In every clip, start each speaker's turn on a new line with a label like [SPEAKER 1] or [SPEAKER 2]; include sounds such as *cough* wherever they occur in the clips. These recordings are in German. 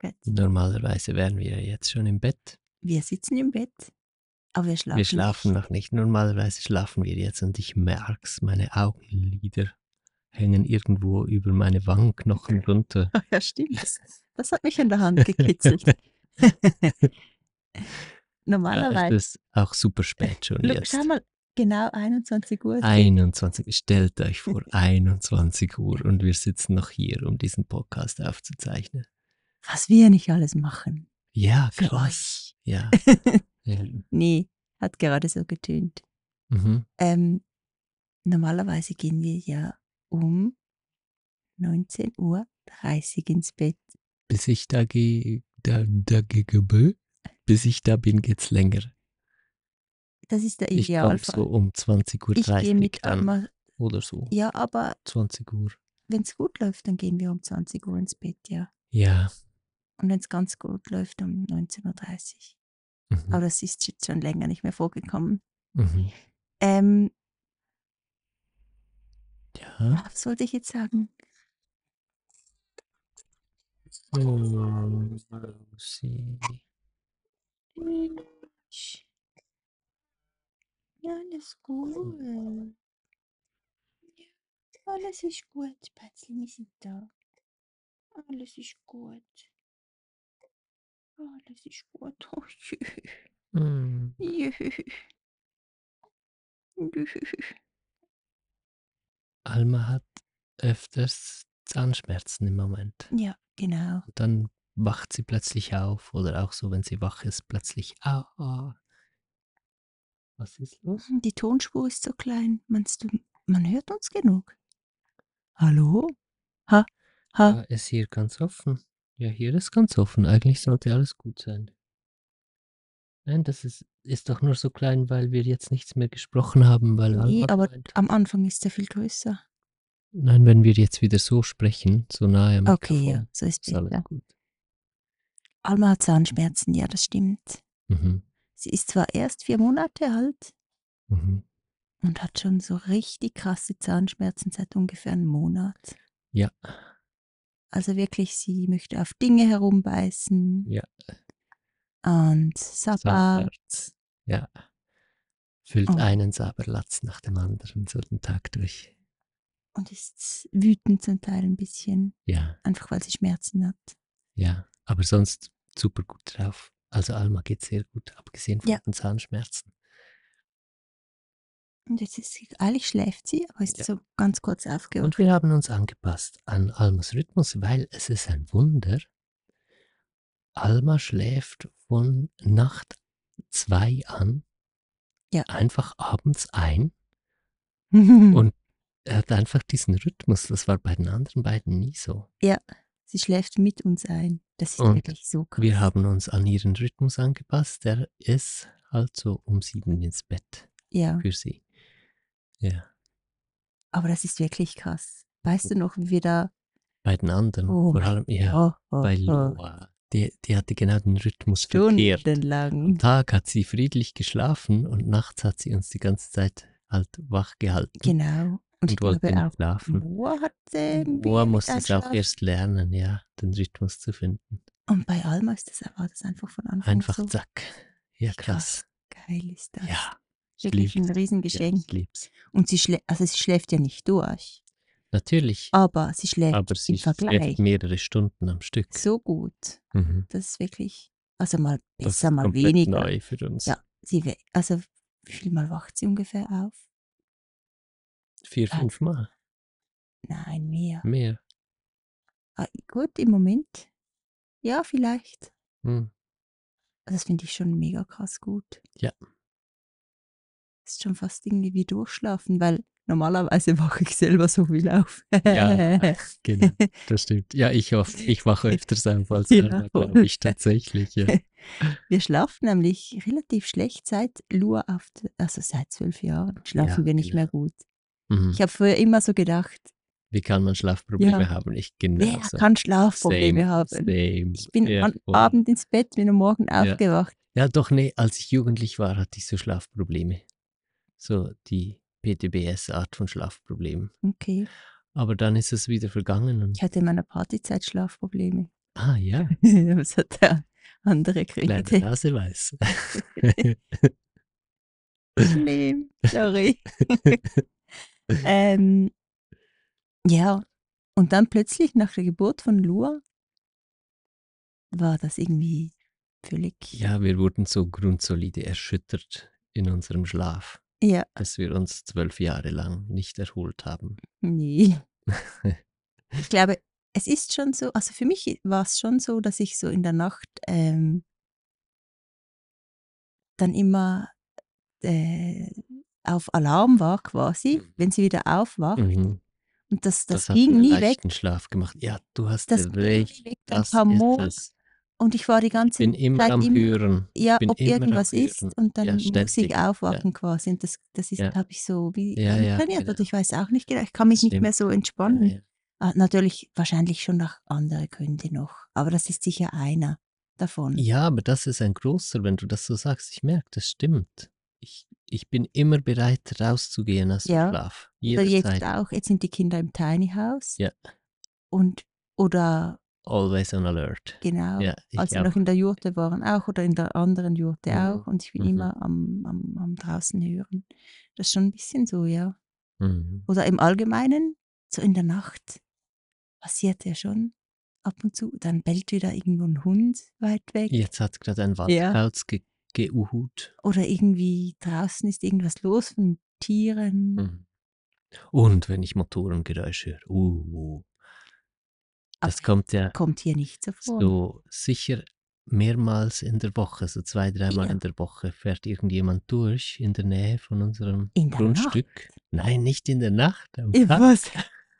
[SPEAKER 1] Gut.
[SPEAKER 2] Normalerweise wären wir jetzt schon im Bett.
[SPEAKER 1] Wir sitzen im Bett, aber wir schlafen.
[SPEAKER 2] Wir schlafen
[SPEAKER 1] nicht.
[SPEAKER 2] noch nicht. Normalerweise schlafen wir jetzt und ich merk's, meine Augenlider hängen irgendwo über meine Wangenknochen runter.
[SPEAKER 1] Ah *laughs* Ja, stimmt.
[SPEAKER 2] *laughs*
[SPEAKER 1] Das hat mich an der Hand gekitzelt.
[SPEAKER 2] Ja,
[SPEAKER 1] Normalerweise.
[SPEAKER 2] es ist auch super spät schon
[SPEAKER 1] Look,
[SPEAKER 2] jetzt.
[SPEAKER 1] schau mal, genau 21 Uhr.
[SPEAKER 2] 21, stellt
[SPEAKER 1] *laughs*
[SPEAKER 2] euch vor, 21 Uhr und wir sitzen noch hier, um diesen Podcast aufzuzeichnen.
[SPEAKER 1] Was wir nicht alles machen.
[SPEAKER 2] Ja,
[SPEAKER 1] Für
[SPEAKER 2] krass.
[SPEAKER 1] *laughs*
[SPEAKER 2] Ja. ja.
[SPEAKER 1] Nee, hat gerade so getönt.
[SPEAKER 2] Mhm.
[SPEAKER 1] Ähm, normalerweise gehen wir ja um 19.30 Uhr ins Bett.
[SPEAKER 2] Bis ich da gehe, da, da gehe, bis ich da bin, geht's länger.
[SPEAKER 1] Das ist der
[SPEAKER 2] Ich komme
[SPEAKER 1] Idealfall.
[SPEAKER 2] so um 20.30 Uhr
[SPEAKER 1] ich gehe mit
[SPEAKER 2] an
[SPEAKER 1] Ma-
[SPEAKER 2] oder so.
[SPEAKER 1] Ja, aber
[SPEAKER 2] 20 Uhr.
[SPEAKER 1] wenn es gut läuft, dann gehen wir um 20 Uhr ins Bett, ja.
[SPEAKER 2] Ja.
[SPEAKER 1] Und wenn es ganz gut läuft, um 19.30 Uhr.
[SPEAKER 2] Mhm.
[SPEAKER 1] Aber das ist jetzt schon länger nicht mehr vorgekommen.
[SPEAKER 2] Mhm.
[SPEAKER 1] Ähm,
[SPEAKER 2] Ja.
[SPEAKER 1] was sollte ich jetzt sagen?
[SPEAKER 2] Oh, Lucy.
[SPEAKER 1] Ja, alles gut. Alles ist gut, Spatzli, wir sind da. Alles ist gut. Alles ist gut. Oh, *laughs* jö,
[SPEAKER 2] Hm.
[SPEAKER 1] jö, jö.
[SPEAKER 2] Alma hat öfters Zahnschmerzen im Moment.
[SPEAKER 1] Ja, genau.
[SPEAKER 2] Und dann wacht sie plötzlich auf oder auch so, wenn sie wach ist, plötzlich. Ah, ah. Was ist los?
[SPEAKER 1] *laughs* Die Tonspur ist so klein. Meinst du, man hört uns genug? Hallo? Ha, ha.
[SPEAKER 2] Ah, ist hier ganz offen. Ja, hier ist ganz offen. Eigentlich sollte alles gut sein. Nein, das ist, ist doch nur so klein, weil wir jetzt nichts mehr gesprochen haben, weil
[SPEAKER 1] Nee,
[SPEAKER 2] Albert
[SPEAKER 1] aber
[SPEAKER 2] meint-
[SPEAKER 1] am Anfang ist er viel größer.
[SPEAKER 2] Nein, wenn wir jetzt wieder so sprechen, so nahe am
[SPEAKER 1] Okay, ja,
[SPEAKER 2] Mikrofon,
[SPEAKER 1] so ist
[SPEAKER 2] ist alles
[SPEAKER 1] besser.
[SPEAKER 2] gut.
[SPEAKER 1] Alma hat Zahnschmerzen, ja, das stimmt.
[SPEAKER 2] Mhm.
[SPEAKER 1] Sie ist zwar erst vier Monate alt
[SPEAKER 2] Mhm.
[SPEAKER 1] und hat schon so richtig krasse Zahnschmerzen seit ungefähr einem Monat.
[SPEAKER 2] Ja.
[SPEAKER 1] Also wirklich, sie möchte auf Dinge herumbeißen.
[SPEAKER 2] Ja.
[SPEAKER 1] Und Saba,
[SPEAKER 2] Saberlatz. Ja. Füllt
[SPEAKER 1] Oh.
[SPEAKER 2] einen Saberlatz nach dem anderen so den Tag durch.
[SPEAKER 1] und ist wütend zum Teil ein bisschen,
[SPEAKER 2] Ja,
[SPEAKER 1] einfach weil sie Schmerzen hat.
[SPEAKER 2] ja. Aber sonst super gut drauf. Also Alma geht sehr gut, abgesehen von
[SPEAKER 1] Ja.
[SPEAKER 2] den Zahnschmerzen.
[SPEAKER 1] Und jetzt ist sie, eigentlich schläft sie, aber ist
[SPEAKER 2] Ja.
[SPEAKER 1] so ganz kurz aufgewacht.
[SPEAKER 2] Und wir haben uns angepasst an Almas Rhythmus, weil es ist ein Wunder. Alma schläft von Nacht zwei an
[SPEAKER 1] Ja.
[SPEAKER 2] einfach abends ein
[SPEAKER 1] Und
[SPEAKER 2] Er hat einfach diesen Rhythmus. Das war bei den anderen beiden nie so.
[SPEAKER 1] *laughs* sie schläft mit uns ein. Das ist
[SPEAKER 2] Und
[SPEAKER 1] wirklich so krass.
[SPEAKER 2] Wir haben uns an ihren Rhythmus angepasst. Der ist halt so um sieben ins Bett
[SPEAKER 1] ja.
[SPEAKER 2] für sie. Ja.
[SPEAKER 1] Aber das ist wirklich krass. Weißt du noch, wie wir da.
[SPEAKER 2] Bei den anderen,
[SPEAKER 1] Oh
[SPEAKER 2] vor
[SPEAKER 1] mein
[SPEAKER 2] allem ja,
[SPEAKER 1] Oh, oh,
[SPEAKER 2] bei
[SPEAKER 1] oh,
[SPEAKER 2] Loa, die, die hatte genau den Rhythmus verkehrt. Am
[SPEAKER 1] stundenlang.
[SPEAKER 2] Tag hat sie friedlich geschlafen und nachts hat sie uns die ganze Zeit halt wach gehalten
[SPEAKER 1] Genau. Und ich
[SPEAKER 2] und wollte
[SPEAKER 1] glaube
[SPEAKER 2] nicht
[SPEAKER 1] auch,
[SPEAKER 2] schlafen.
[SPEAKER 1] Moa hat ähm,
[SPEAKER 2] Moa
[SPEAKER 1] Bier mit
[SPEAKER 2] musste es auch
[SPEAKER 1] einschlafen.
[SPEAKER 2] erst lernen, ja, den Rhythmus zu finden.
[SPEAKER 1] Und bei Alma ist das, war das einfach von Anfang
[SPEAKER 2] Einfach
[SPEAKER 1] so
[SPEAKER 2] zack. Ja, krass.
[SPEAKER 1] geil ist das.
[SPEAKER 2] Ja, ich
[SPEAKER 1] Wirklich
[SPEAKER 2] lieb's.
[SPEAKER 1] ein Riesengeschenk.
[SPEAKER 2] Ja, ich lieb's.
[SPEAKER 1] Und sie schläft, also sie schläft ja nicht durch,
[SPEAKER 2] Natürlich.
[SPEAKER 1] aber sie schläft
[SPEAKER 2] aber sie
[SPEAKER 1] im Vergleich
[SPEAKER 2] schläft mehrere Stunden am Stück.
[SPEAKER 1] so gut.
[SPEAKER 2] Mhm.
[SPEAKER 1] Das ist wirklich, also mal
[SPEAKER 2] Das
[SPEAKER 1] besser,
[SPEAKER 2] ist
[SPEAKER 1] mal
[SPEAKER 2] komplett
[SPEAKER 1] weniger.
[SPEAKER 2] neu für uns.
[SPEAKER 1] Ja, sie, we- also wie viel Mal wacht sie ungefähr auf?
[SPEAKER 2] Vier,
[SPEAKER 1] Ah.
[SPEAKER 2] fünf Mal
[SPEAKER 1] Nein, mehr.
[SPEAKER 2] mehr.
[SPEAKER 1] Ah, gut, im Moment. Ja, vielleicht.
[SPEAKER 2] Hm.
[SPEAKER 1] Also Das finde ich schon mega krass gut.
[SPEAKER 2] Ja.
[SPEAKER 1] Ist schon fast irgendwie wie durchschlafen, weil normalerweise *laughs* wache ich selber so viel auf.
[SPEAKER 2] Ja, genau. Das stimmt. Ja, ich hoffe, ich wache
[SPEAKER 1] *laughs*
[SPEAKER 2] öfters auf als
[SPEAKER 1] Ja.
[SPEAKER 2] Alma, glaube ich,
[SPEAKER 1] *laughs*
[SPEAKER 2] tatsächlich. Ja.
[SPEAKER 1] *laughs* Wir schlafen nämlich relativ schlecht seit Lua auf, de- also seit zwölf Jahren schlafen
[SPEAKER 2] Ja,
[SPEAKER 1] wir nicht
[SPEAKER 2] genau.
[SPEAKER 1] mehr gut.
[SPEAKER 2] Mhm.
[SPEAKER 1] Ich habe früher immer so gedacht,
[SPEAKER 2] Wie kann man Schlafprobleme
[SPEAKER 1] Ja.
[SPEAKER 2] haben? Ich
[SPEAKER 1] wer
[SPEAKER 2] genau so.
[SPEAKER 1] kann Schlafprobleme
[SPEAKER 2] Same,
[SPEAKER 1] haben?
[SPEAKER 2] Same.
[SPEAKER 1] Ich bin
[SPEAKER 2] ja,
[SPEAKER 1] am
[SPEAKER 2] voll.
[SPEAKER 1] Abend ins Bett, bin am Morgen
[SPEAKER 2] Ja.
[SPEAKER 1] aufgewacht.
[SPEAKER 2] Ja, doch, nee, als ich jugendlich war, hatte ich so Schlafprobleme. So die PTBS-Art von Schlafproblemen.
[SPEAKER 1] Okay.
[SPEAKER 2] Aber dann ist es wieder vergangen und
[SPEAKER 1] Ich hatte in meiner Partyzeit Schlafprobleme.
[SPEAKER 2] Ah ja,
[SPEAKER 1] *laughs* Was hat der andere
[SPEAKER 2] kleine
[SPEAKER 1] *laughs* Kredite?
[SPEAKER 2] Nase weiß.
[SPEAKER 1] Schlimm,
[SPEAKER 2] *laughs*
[SPEAKER 1] sorry. ähm, ja, und dann plötzlich nach der Geburt von Lua war das irgendwie völlig.
[SPEAKER 2] *laughs* Ja, wir wurden so grundsolide erschüttert in unserem Schlaf,
[SPEAKER 1] ja
[SPEAKER 2] dass wir uns zwölf Jahre lang nicht erholt haben. *laughs*
[SPEAKER 1] Nee. ich glaube, es ist schon so, also für mich war es schon so, dass ich so in der Nacht ähm, dann immer äh, auf Alarm war quasi, wenn sie wieder aufwacht.
[SPEAKER 2] Mhm.
[SPEAKER 1] Und das, das,
[SPEAKER 2] hat
[SPEAKER 1] ging
[SPEAKER 2] mir
[SPEAKER 1] nie weg.
[SPEAKER 2] leichten Schlaf gemacht. Ja, du hast
[SPEAKER 1] Das
[SPEAKER 2] ja
[SPEAKER 1] ging
[SPEAKER 2] recht.
[SPEAKER 1] nie weg. Ein
[SPEAKER 2] Das
[SPEAKER 1] paar
[SPEAKER 2] ist
[SPEAKER 1] Monate.
[SPEAKER 2] es.
[SPEAKER 1] Und ich war die ganze
[SPEAKER 2] Bin immer
[SPEAKER 1] Zeit
[SPEAKER 2] am
[SPEAKER 1] im-
[SPEAKER 2] Hören.
[SPEAKER 1] ja,
[SPEAKER 2] bin
[SPEAKER 1] ob
[SPEAKER 2] immer am
[SPEAKER 1] irgendwas ist
[SPEAKER 2] Hören.
[SPEAKER 1] und dann
[SPEAKER 2] Ja,
[SPEAKER 1] muss ich
[SPEAKER 2] ständig.
[SPEAKER 1] aufwachen quasi. Und das, das ist,
[SPEAKER 2] Ja.
[SPEAKER 1] habe ich so wie
[SPEAKER 2] Ja, ja,
[SPEAKER 1] trainiert.
[SPEAKER 2] genau.
[SPEAKER 1] Oder ich weiß auch nicht genau. Ich kann mich nicht
[SPEAKER 2] Stimmt.
[SPEAKER 1] mehr so
[SPEAKER 2] Ja,
[SPEAKER 1] entspannen.
[SPEAKER 2] ja.
[SPEAKER 1] Ah, Natürlich wahrscheinlich schon noch andere Gründe noch, aber das ist sicher einer davon.
[SPEAKER 2] ja, aber das ist ein großer, wenn du das so sagst. Ich merke, das stimmt. Ich, ich bin immer bereit, rauszugehen aus
[SPEAKER 1] Ja.
[SPEAKER 2] dem Schlaf.
[SPEAKER 1] Oder jetzt
[SPEAKER 2] Jederzeit.
[SPEAKER 1] auch, jetzt sind die Kinder im Tiny House.
[SPEAKER 2] Ja.
[SPEAKER 1] Und oder
[SPEAKER 2] Always on alert.
[SPEAKER 1] genau,
[SPEAKER 2] Ja, ich
[SPEAKER 1] als wir
[SPEAKER 2] auch.
[SPEAKER 1] noch in der Jurte waren auch oder in der anderen Jurte
[SPEAKER 2] Mhm.
[SPEAKER 1] auch und ich bin
[SPEAKER 2] Mhm.
[SPEAKER 1] immer am, am, am draußen hören. Das ist schon ein bisschen so, ja.
[SPEAKER 2] Mhm.
[SPEAKER 1] Oder im Allgemeinen, so in der Nacht passiert ja schon ab und zu, dann bellt wieder irgendwo ein Hund weit weg.
[SPEAKER 2] Jetzt hat gerade ein Waldkauz ge geuhut.
[SPEAKER 1] Oder irgendwie draußen ist irgendwas los von Tieren.
[SPEAKER 2] Mhm. Und wenn ich Motorengeräusch höre, uh, uh.
[SPEAKER 1] Aber
[SPEAKER 2] das kommt ja
[SPEAKER 1] kommt hier nicht so vor. *laughs*
[SPEAKER 2] so sicher mehrmals in der Woche, so zwei, dreimal
[SPEAKER 1] Ja.
[SPEAKER 2] in der Woche, fährt irgendjemand durch in der Nähe von unserem
[SPEAKER 1] In der
[SPEAKER 2] Grundstück. Nein, nicht in der Nacht. Am
[SPEAKER 1] Ja,
[SPEAKER 2] Tag. *laughs*
[SPEAKER 1] was?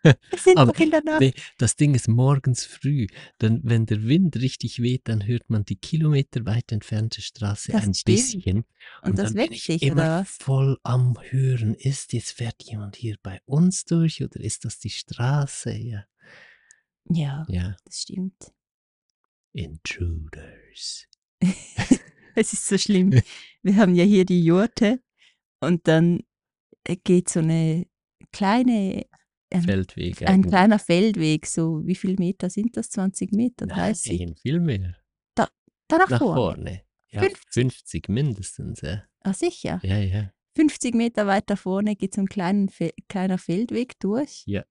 [SPEAKER 1] Wir sind
[SPEAKER 2] Aber
[SPEAKER 1] doch in der Nacht.
[SPEAKER 2] Nee, das Ding ist morgens früh. Dann, wenn der Wind richtig weht, dann hört man die kilometerweit entfernte Straße
[SPEAKER 1] Das
[SPEAKER 2] ein
[SPEAKER 1] stimmt.
[SPEAKER 2] bisschen.
[SPEAKER 1] Und, das
[SPEAKER 2] dann bin
[SPEAKER 1] weckt
[SPEAKER 2] ich
[SPEAKER 1] dich,
[SPEAKER 2] immer
[SPEAKER 1] oder was?
[SPEAKER 2] voll am Hören. Ist jetzt fährt jemand hier bei uns durch oder ist das die Straße? Ja,
[SPEAKER 1] Ja,
[SPEAKER 2] ja.
[SPEAKER 1] das stimmt. *laughs*
[SPEAKER 2] Intruders.
[SPEAKER 1] Es ist so
[SPEAKER 2] *laughs*
[SPEAKER 1] schlimm. Wir haben ja hier die Jurte und dann äh, geht so eine kleine, ähm,
[SPEAKER 2] Feldweg.
[SPEAKER 1] ein
[SPEAKER 2] eigentlich.
[SPEAKER 1] kleiner Feldweg, so wie viele Meter sind das? 20 Meter, 30?
[SPEAKER 2] Nein, viel mehr.
[SPEAKER 1] Danach
[SPEAKER 2] Nach
[SPEAKER 1] vorne.
[SPEAKER 2] vorne. ne. Ja,
[SPEAKER 1] 50.
[SPEAKER 2] 50. mindestens. Ja,
[SPEAKER 1] Ah, sicher.
[SPEAKER 2] ja. ja.
[SPEAKER 1] 50 Meter weiter vorne geht so ein kleinen Fe kleiner Feldweg durch.
[SPEAKER 2] Ja.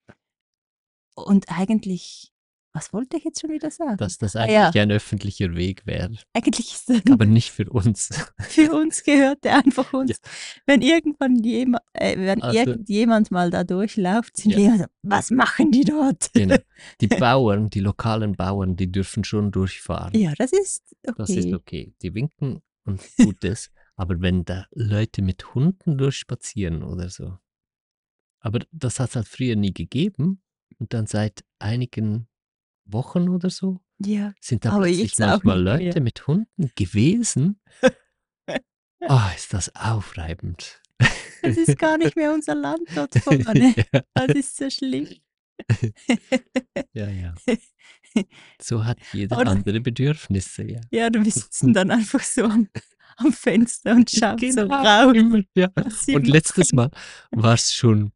[SPEAKER 1] Und eigentlich, was wollte ich jetzt schon wieder sagen?
[SPEAKER 2] Dass das
[SPEAKER 1] Ah ja.
[SPEAKER 2] eigentlich ein öffentlicher Weg wäre.
[SPEAKER 1] eigentlich ist das
[SPEAKER 2] Aber nicht
[SPEAKER 1] *laughs*
[SPEAKER 2] für uns.
[SPEAKER 1] für uns gehört der einfach uns.
[SPEAKER 2] Ja.
[SPEAKER 1] Wenn irgendwann jema, äh, wenn
[SPEAKER 2] Also-
[SPEAKER 1] irgendjemand mal da durchläuft, sind
[SPEAKER 2] Ja.
[SPEAKER 1] wir immer so, was machen die dort?
[SPEAKER 2] Genau. Die Bauern, die lokalen Bauern, die dürfen schon durchfahren.
[SPEAKER 1] Ja, das ist okay.
[SPEAKER 2] Das ist okay. Die winken und gut ist. Aber wenn da Leute mit Hunden durchspazieren oder so. Aber das hat es halt früher nie gegeben. Und dann seit einigen Wochen oder so
[SPEAKER 1] Ja,
[SPEAKER 2] sind da
[SPEAKER 1] Aber
[SPEAKER 2] plötzlich
[SPEAKER 1] jetzt auch nicht
[SPEAKER 2] manchmal
[SPEAKER 1] mehr.
[SPEAKER 2] Leute mit Hunden
[SPEAKER 1] *laughs*
[SPEAKER 2] gewesen. Ah, ist das aufreibend.
[SPEAKER 1] das ist gar nicht mehr unser Land dort
[SPEAKER 2] *laughs*
[SPEAKER 1] vorne. Das ist so schlimm. *laughs*
[SPEAKER 2] ja, ja. So hat jeder
[SPEAKER 1] Oder-
[SPEAKER 2] andere
[SPEAKER 1] *laughs*
[SPEAKER 2] Bedürfnisse, ja.
[SPEAKER 1] Ja, du sitzen dann einfach so am, am Fenster und schauen so
[SPEAKER 2] Genau,
[SPEAKER 1] raus.
[SPEAKER 2] immer, ja.
[SPEAKER 1] was sie
[SPEAKER 2] Und letztes Mal war es schon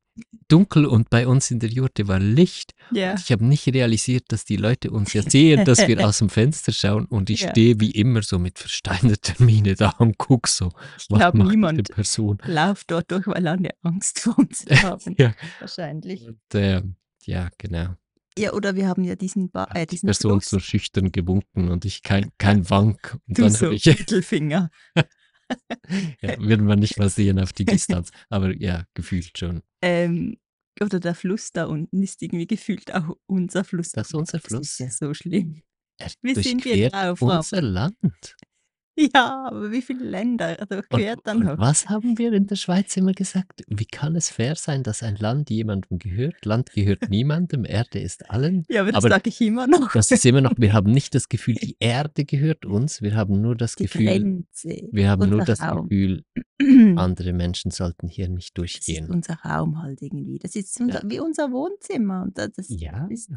[SPEAKER 2] dunkel und bei uns in der Jurte war Licht.
[SPEAKER 1] machen. Ja.
[SPEAKER 2] Ich habe nicht realisiert, dass die
[SPEAKER 1] *laughs*
[SPEAKER 2] Leute uns ja sehen, dass wir aus dem Fenster schauen und ich
[SPEAKER 1] Ja.
[SPEAKER 2] stehe wie immer so mit versteinerter *laughs* Miene da und guck so,
[SPEAKER 1] Ich
[SPEAKER 2] was
[SPEAKER 1] glaube,
[SPEAKER 2] macht
[SPEAKER 1] niemand
[SPEAKER 2] diese Person?
[SPEAKER 1] läuft dort durch, weil er eine Angst vor uns haben.
[SPEAKER 2] *laughs* Ja.
[SPEAKER 1] Wahrscheinlich.
[SPEAKER 2] Und, äh, ja, genau.
[SPEAKER 1] Ja, oder wir haben ja diesen, ba
[SPEAKER 2] Hat
[SPEAKER 1] äh,
[SPEAKER 2] die
[SPEAKER 1] diesen
[SPEAKER 2] Person
[SPEAKER 1] Fluss.
[SPEAKER 2] so schüchtern gewunken und ich kein, kein Wank. Und
[SPEAKER 1] du
[SPEAKER 2] dann
[SPEAKER 1] so
[SPEAKER 2] habe ich,
[SPEAKER 1] Mittelfinger.
[SPEAKER 2] ja, würden wir nicht mal sehen auf die Distanz, aber ja, gefühlt schon.
[SPEAKER 1] Ähm, oder der Fluss da unten ist irgendwie gefühlt auch unser Fluss.
[SPEAKER 2] Das ist unser
[SPEAKER 1] Das ist
[SPEAKER 2] Fluss.
[SPEAKER 1] ja so schlimm.
[SPEAKER 2] Er
[SPEAKER 1] Wie sind wir
[SPEAKER 2] durchquert
[SPEAKER 1] drauf, Rob?
[SPEAKER 2] unser Land.
[SPEAKER 1] Ja, aber wie viele Länder durchquert dann
[SPEAKER 2] und
[SPEAKER 1] noch?
[SPEAKER 2] was haben wir in der Schweiz immer gesagt? Wie kann es fair sein, dass ein Land jemandem gehört? Land gehört niemandem, Erde ist allen.
[SPEAKER 1] Ja, aber das
[SPEAKER 2] aber
[SPEAKER 1] sage ich immer noch.
[SPEAKER 2] Das ist immer noch, wir haben nicht das Gefühl, die Erde gehört uns, wir haben nur das
[SPEAKER 1] die
[SPEAKER 2] Gefühl,
[SPEAKER 1] Grenze.
[SPEAKER 2] wir haben nur
[SPEAKER 1] unser
[SPEAKER 2] das
[SPEAKER 1] Raum.
[SPEAKER 2] Gefühl,
[SPEAKER 1] *clears throat* Das
[SPEAKER 2] andere Menschen sollten hier nicht
[SPEAKER 1] ist
[SPEAKER 2] durchgehen.
[SPEAKER 1] unser Raum halt irgendwie. Das ist unser, wie unser Wohnzimmer. Und da- das
[SPEAKER 2] Ja,
[SPEAKER 1] ist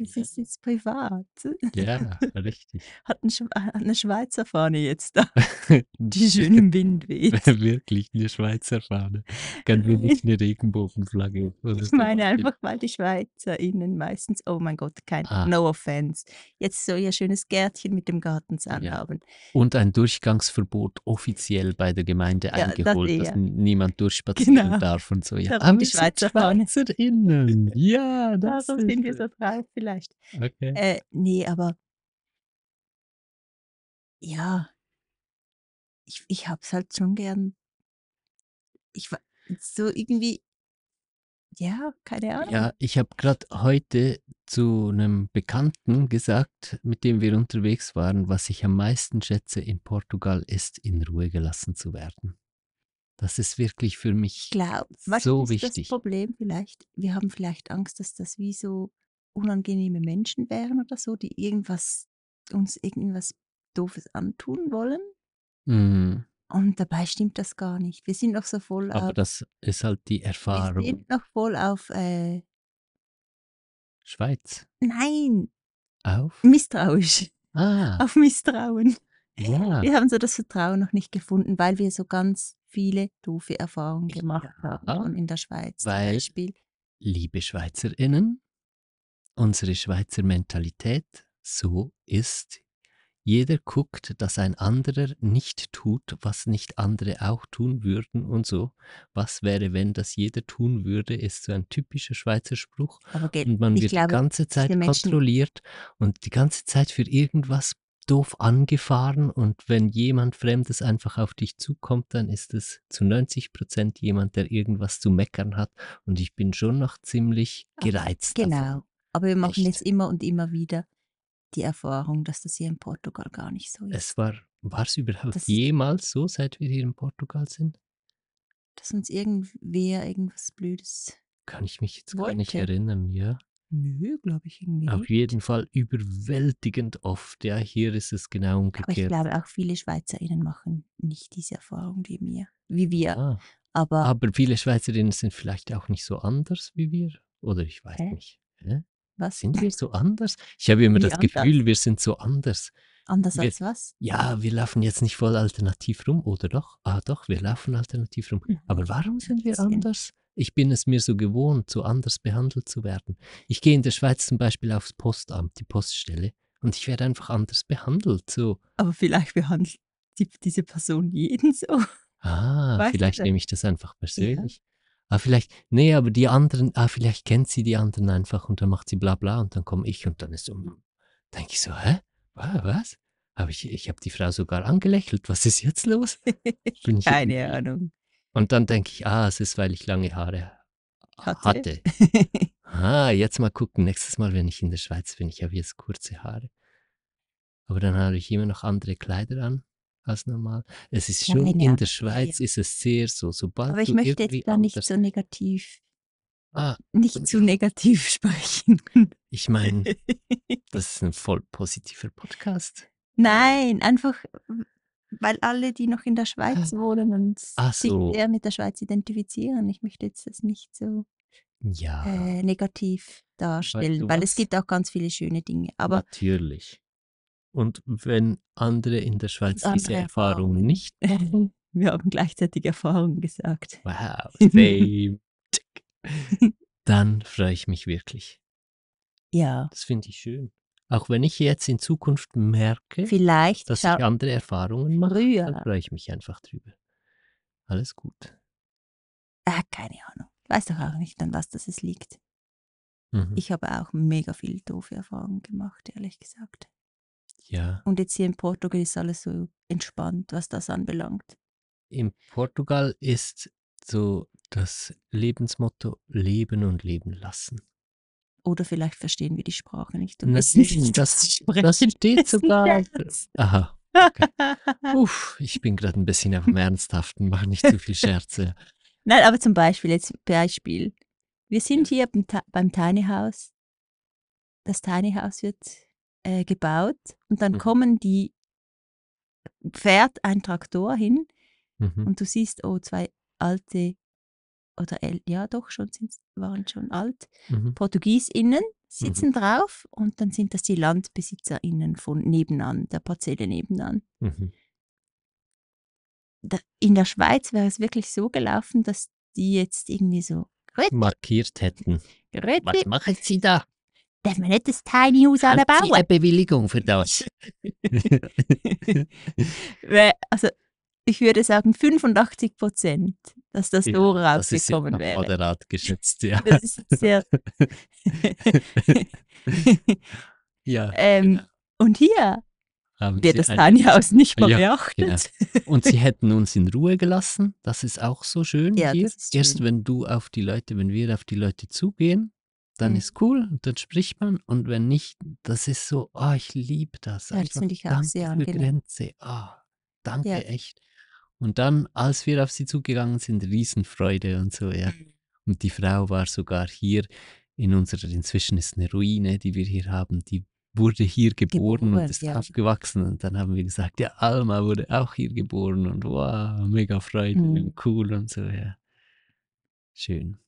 [SPEAKER 1] es ist jetzt privat.
[SPEAKER 2] Ja, richtig.
[SPEAKER 1] Hat, ein, Schwe- hat eine Schweizer Fahne jetzt
[SPEAKER 2] *laughs*
[SPEAKER 1] da, die schön im Wind weht.
[SPEAKER 2] Wirklich, eine Schweizer Fahne. Können wir nicht eine Regenbogenflagge? oder
[SPEAKER 1] Ich *laughs*
[SPEAKER 2] so
[SPEAKER 1] meine
[SPEAKER 2] aufstellen?
[SPEAKER 1] einfach, weil die SchweizerInnen meistens, oh mein Gott, kein,
[SPEAKER 2] Ah.
[SPEAKER 1] no offense, jetzt so ihr schönes Gärtchen mit dem Gartenzaun
[SPEAKER 2] Ja.
[SPEAKER 1] haben.
[SPEAKER 2] Und ein Durchgangsverbot officiell bei der Gemeinde
[SPEAKER 1] Ja, das
[SPEAKER 2] eingeholt,
[SPEAKER 1] eh,
[SPEAKER 2] dass
[SPEAKER 1] ja.
[SPEAKER 2] n- niemand durchspazieren
[SPEAKER 1] Genau.
[SPEAKER 2] darf und so. Ja,
[SPEAKER 1] Darum die
[SPEAKER 2] wir sind
[SPEAKER 1] Schweizer Fahne.
[SPEAKER 2] SchweizerInnen. Ja, das
[SPEAKER 1] Darum
[SPEAKER 2] ist
[SPEAKER 1] sind wir
[SPEAKER 2] es.
[SPEAKER 1] so drauf vielleicht.
[SPEAKER 2] Okay.
[SPEAKER 1] Äh, nee, aber ja, ich, ich hab's halt schon gern. Ich war so irgendwie, ja, keine Ahnung.
[SPEAKER 2] Ja, ich habe gerade heute zu einem Bekannten gesagt, mit dem wir unterwegs waren, was ich am meisten schätze in Portugal ist, in Ruhe gelassen zu werden. Das ist wirklich für
[SPEAKER 1] Ich
[SPEAKER 2] mich.
[SPEAKER 1] glaube, was
[SPEAKER 2] So
[SPEAKER 1] ist das
[SPEAKER 2] wichtig.
[SPEAKER 1] Problem vielleicht? Wir haben vielleicht Angst, dass das wie so unangenehme Menschen wären oder so, die irgendwas uns irgendwas Doofes antun wollen.
[SPEAKER 2] Mm,
[SPEAKER 1] Und dabei stimmt das gar nicht. Wir sind noch so voll
[SPEAKER 2] aber
[SPEAKER 1] auf,
[SPEAKER 2] das ist halt die
[SPEAKER 1] wir
[SPEAKER 2] Erfahrung.
[SPEAKER 1] sind noch voll auf äh,
[SPEAKER 2] Schweiz.
[SPEAKER 1] nein,
[SPEAKER 2] Auf?
[SPEAKER 1] misstrauisch,
[SPEAKER 2] Ah,
[SPEAKER 1] *laughs* auf Misstrauen.
[SPEAKER 2] ja.
[SPEAKER 1] Wir haben so das Vertrauen noch nicht gefunden, weil wir so ganz viele doofe Erfahrungen
[SPEAKER 2] Ja.
[SPEAKER 1] gemacht haben. Und in der Schweiz
[SPEAKER 2] Weil-
[SPEAKER 1] zum Beispiel.
[SPEAKER 2] Liebe SchweizerInnen, unsere Schweizer Mentalität so ist, jeder guckt, dass ein anderer nicht tut, was nicht andere auch tun würden und so. Was wäre, wenn das jeder tun würde, ist so ein typischer Schweizer Spruch.
[SPEAKER 1] Aber geht,
[SPEAKER 2] Und man
[SPEAKER 1] Äh, ich
[SPEAKER 2] wird die
[SPEAKER 1] glaube,
[SPEAKER 2] ganze Zeit
[SPEAKER 1] Menschen-
[SPEAKER 2] kontrolliert und die ganze Zeit für irgendwas doof angefahren. Und wenn jemand Fremdes einfach auf dich zukommt, dann ist es zu 90 Prozent jemand, der irgendwas zu meckern hat. Und ich bin schon noch ziemlich gereizt.
[SPEAKER 1] Ah, Genau. Aber wir machen
[SPEAKER 2] Echt.
[SPEAKER 1] jetzt immer und immer wieder die Erfahrung, dass das hier in Portugal gar nicht so
[SPEAKER 2] Davon.
[SPEAKER 1] ist.
[SPEAKER 2] Es war, war es überhaupt
[SPEAKER 1] Das-
[SPEAKER 2] jemals so, seit wir hier in Portugal sind?
[SPEAKER 1] Dass uns irgendwer irgendwas Blödes.
[SPEAKER 2] Kann ich mich jetzt gar nicht
[SPEAKER 1] Wollte.
[SPEAKER 2] erinnern, ja.
[SPEAKER 1] Nö, glaube ich irgendwie.
[SPEAKER 2] Auf
[SPEAKER 1] nicht.
[SPEAKER 2] jeden Fall überwältigend oft. Ja, hier ist es genau
[SPEAKER 1] Aber ich
[SPEAKER 2] umgekehrt.
[SPEAKER 1] glaube, auch viele SchweizerInnen machen nicht diese Erfahrung wie mir. Wie wir.
[SPEAKER 2] Ah.
[SPEAKER 1] Aber
[SPEAKER 2] Aber viele Schweizerinnen sind vielleicht auch nicht so anders wie wir. Oder ich weiß
[SPEAKER 1] Hä?
[SPEAKER 2] nicht. Hä?
[SPEAKER 1] was?
[SPEAKER 2] Sind wir so anders? Ich habe immer
[SPEAKER 1] Wie
[SPEAKER 2] das
[SPEAKER 1] anders?
[SPEAKER 2] Gefühl, wir sind so anders.
[SPEAKER 1] Anders
[SPEAKER 2] wir-
[SPEAKER 1] als was?
[SPEAKER 2] Ja, wir laufen jetzt nicht voll alternativ rum, oder doch? Ah, doch, wir laufen alternativ rum.
[SPEAKER 1] Nein,
[SPEAKER 2] Aber warum sind wir
[SPEAKER 1] bisschen.
[SPEAKER 2] anders? Ich bin es mir so gewohnt, so anders behandelt zu werden. Ich gehe in der Schweiz zum Beispiel aufs Postamt, die Poststelle, und ich werde einfach anders behandelt. So,
[SPEAKER 1] Aber vielleicht behandelt die, diese Person jeden so.
[SPEAKER 2] Ah,
[SPEAKER 1] Weißt du
[SPEAKER 2] vielleicht
[SPEAKER 1] das?
[SPEAKER 2] nehme ich das einfach persönlich. Ah, vielleicht, nee, aber die anderen, ah, vielleicht kennt sie die anderen einfach und dann macht sie bla bla und dann komme ich und dann ist so, hm, denke ich so, hä? Wa- Was? Hab ich ich habe die Frau sogar angelächelt, was ist jetzt los?
[SPEAKER 1] *laughs*
[SPEAKER 2] Bin ich
[SPEAKER 1] Keine
[SPEAKER 2] irgendwie-
[SPEAKER 1] Ahnung.
[SPEAKER 2] Und dann denke ich, ah, es ist, weil ich lange Haare
[SPEAKER 1] Hatte. *laughs*
[SPEAKER 2] hatte. Ah, jetzt mal gucken, nächstes Mal, wenn ich in der Schweiz bin, ich habe jetzt kurze Haare. Aber dann habe ich immer noch andere Kleider an als normal. Es ist schon,
[SPEAKER 1] Kleine
[SPEAKER 2] in der
[SPEAKER 1] andere,
[SPEAKER 2] Schweiz ist es sehr so, sobald
[SPEAKER 1] Aber ich
[SPEAKER 2] du
[SPEAKER 1] möchte
[SPEAKER 2] irgendwie
[SPEAKER 1] jetzt da nicht
[SPEAKER 2] anders-
[SPEAKER 1] so negativ,
[SPEAKER 2] Ah,
[SPEAKER 1] nicht zu negativ *laughs* sprechen.
[SPEAKER 2] ich meine, das ist ein voll positiver Podcast.
[SPEAKER 1] Nein, einfach, weil alle, die noch in der Schweiz wohnen und
[SPEAKER 2] Ah. Ach so.
[SPEAKER 1] sich sehr mit der Schweiz identifizieren, ich möchte jetzt das nicht so *laughs*
[SPEAKER 2] Ja,
[SPEAKER 1] äh, negativ darstellen,
[SPEAKER 2] Ah. du
[SPEAKER 1] weil
[SPEAKER 2] was?
[SPEAKER 1] es gibt auch ganz viele schöne Dinge. Aber
[SPEAKER 2] natürlich. Und wenn andere in der Schweiz diese
[SPEAKER 1] andere
[SPEAKER 2] Erfahrung
[SPEAKER 1] Erfahrungen.
[SPEAKER 2] nicht machen,
[SPEAKER 1] *laughs* wir haben gleichzeitig Erfahrungen gesagt.
[SPEAKER 2] wow,
[SPEAKER 1] *laughs*
[SPEAKER 2] same, tick, dann freue ich mich wirklich.
[SPEAKER 1] Ja,
[SPEAKER 2] Das finde ich schön. Auch wenn ich jetzt in Zukunft merke,
[SPEAKER 1] vielleicht
[SPEAKER 2] dass ich
[SPEAKER 1] schau-
[SPEAKER 2] andere Erfahrungen mache, dann
[SPEAKER 1] früher.
[SPEAKER 2] freue ich mich einfach drüber. Alles gut.
[SPEAKER 1] Ah, keine Ahnung. Weiß doch auch nicht, an was das es
[SPEAKER 2] Hm.
[SPEAKER 1] liegt.
[SPEAKER 2] Mhm.
[SPEAKER 1] Ich habe auch mega viel doofe Erfahrungen gemacht, ehrlich gesagt.
[SPEAKER 2] ja.
[SPEAKER 1] Und jetzt hier in Portugal ist alles so entspannt, was das anbelangt.
[SPEAKER 2] In Portugal ist so das Lebensmotto Leben und Leben lassen.
[SPEAKER 1] Oder vielleicht verstehen wir die Sprache nicht und
[SPEAKER 2] Nein,
[SPEAKER 1] wissen nicht,
[SPEAKER 2] das-
[SPEAKER 1] was sie
[SPEAKER 2] Das
[SPEAKER 1] sprechen. *laughs*
[SPEAKER 2] steht
[SPEAKER 1] ist ein
[SPEAKER 2] sogar.
[SPEAKER 1] Scherz.
[SPEAKER 2] Aha. Uff, ich bin gerade ein bisschen
[SPEAKER 1] *laughs*
[SPEAKER 2] auf dem Ernsthaften, mach nicht zu viel Scherze.
[SPEAKER 1] Nein, aber zum Beispiel, jetzt Beispiel. Wir sind hier beim, Ti- beim Tiny House. Das Tiny House wird äh, gebaut und dann
[SPEAKER 2] Mhm.
[SPEAKER 1] kommen die, fährt ein Traktor hin
[SPEAKER 2] Mhm.
[SPEAKER 1] und du siehst, oh, zwei alte oder äl- ja doch, schon sind, waren schon alt,
[SPEAKER 2] Mhm.
[SPEAKER 1] PortugiesInnen sitzen drauf und dann sind das die LandbesitzerInnen von nebenan, der Parzelle nebenan.
[SPEAKER 2] Mhm.
[SPEAKER 1] Da, in der Schweiz wäre es wirklich so gelaufen, dass die jetzt irgendwie so, Grüezi,
[SPEAKER 2] Markiert hätten.
[SPEAKER 1] *laughs*
[SPEAKER 2] Was
[SPEAKER 1] Grüezi,
[SPEAKER 2] machen Sie da?
[SPEAKER 1] darf man nicht das Tiny House
[SPEAKER 2] Haben Sie
[SPEAKER 1] anbauen?
[SPEAKER 2] eine Bewilligung für das? *laughs*
[SPEAKER 1] Wär- Also ich würde sagen 85 Prozent, dass das *laughs* so
[SPEAKER 2] das ist
[SPEAKER 1] rausgekommen
[SPEAKER 2] immer
[SPEAKER 1] wäre.
[SPEAKER 2] moderat geschätzt, *laughs* ja.
[SPEAKER 1] Das ist sehr...
[SPEAKER 2] ja
[SPEAKER 1] ähm, und hier
[SPEAKER 2] haben
[SPEAKER 1] wird
[SPEAKER 2] Sie
[SPEAKER 1] das
[SPEAKER 2] ein-
[SPEAKER 1] Tiny House nicht mal
[SPEAKER 2] *laughs* Ja, genau.
[SPEAKER 1] beachtet.
[SPEAKER 2] Und sie hätten uns in Ruhe gelassen. Das ist auch so schön.
[SPEAKER 1] Ja,
[SPEAKER 2] hier.
[SPEAKER 1] das ist
[SPEAKER 2] Erst
[SPEAKER 1] schön.
[SPEAKER 2] wenn du auf die Leute, wenn wir auf die Leute zugehen, dann
[SPEAKER 1] Mhm.
[SPEAKER 2] ist cool und dann spricht man. Und wenn nicht, das ist so, oh, ich liebe das.
[SPEAKER 1] Ja, das
[SPEAKER 2] Einfach
[SPEAKER 1] finde ich auch
[SPEAKER 2] danke
[SPEAKER 1] sehr
[SPEAKER 2] für
[SPEAKER 1] angenehm.
[SPEAKER 2] Grenze. Ah, danke,
[SPEAKER 1] Ja.
[SPEAKER 2] echt. Und dann, als wir auf sie zugegangen sind, Riesenfreude und so, ja.
[SPEAKER 1] Mhm.
[SPEAKER 2] Und die Frau war sogar hier in unserer, inzwischen ist eine Ruine, die wir hier haben, die wurde hier geboren,
[SPEAKER 1] Geboren,
[SPEAKER 2] und ist
[SPEAKER 1] ja.
[SPEAKER 2] aufgewachsen. Und dann haben wir gesagt, ja, Alma wurde auch hier geboren und wow, mega Freude
[SPEAKER 1] Mhm.
[SPEAKER 2] und cool und so, ja. Schön.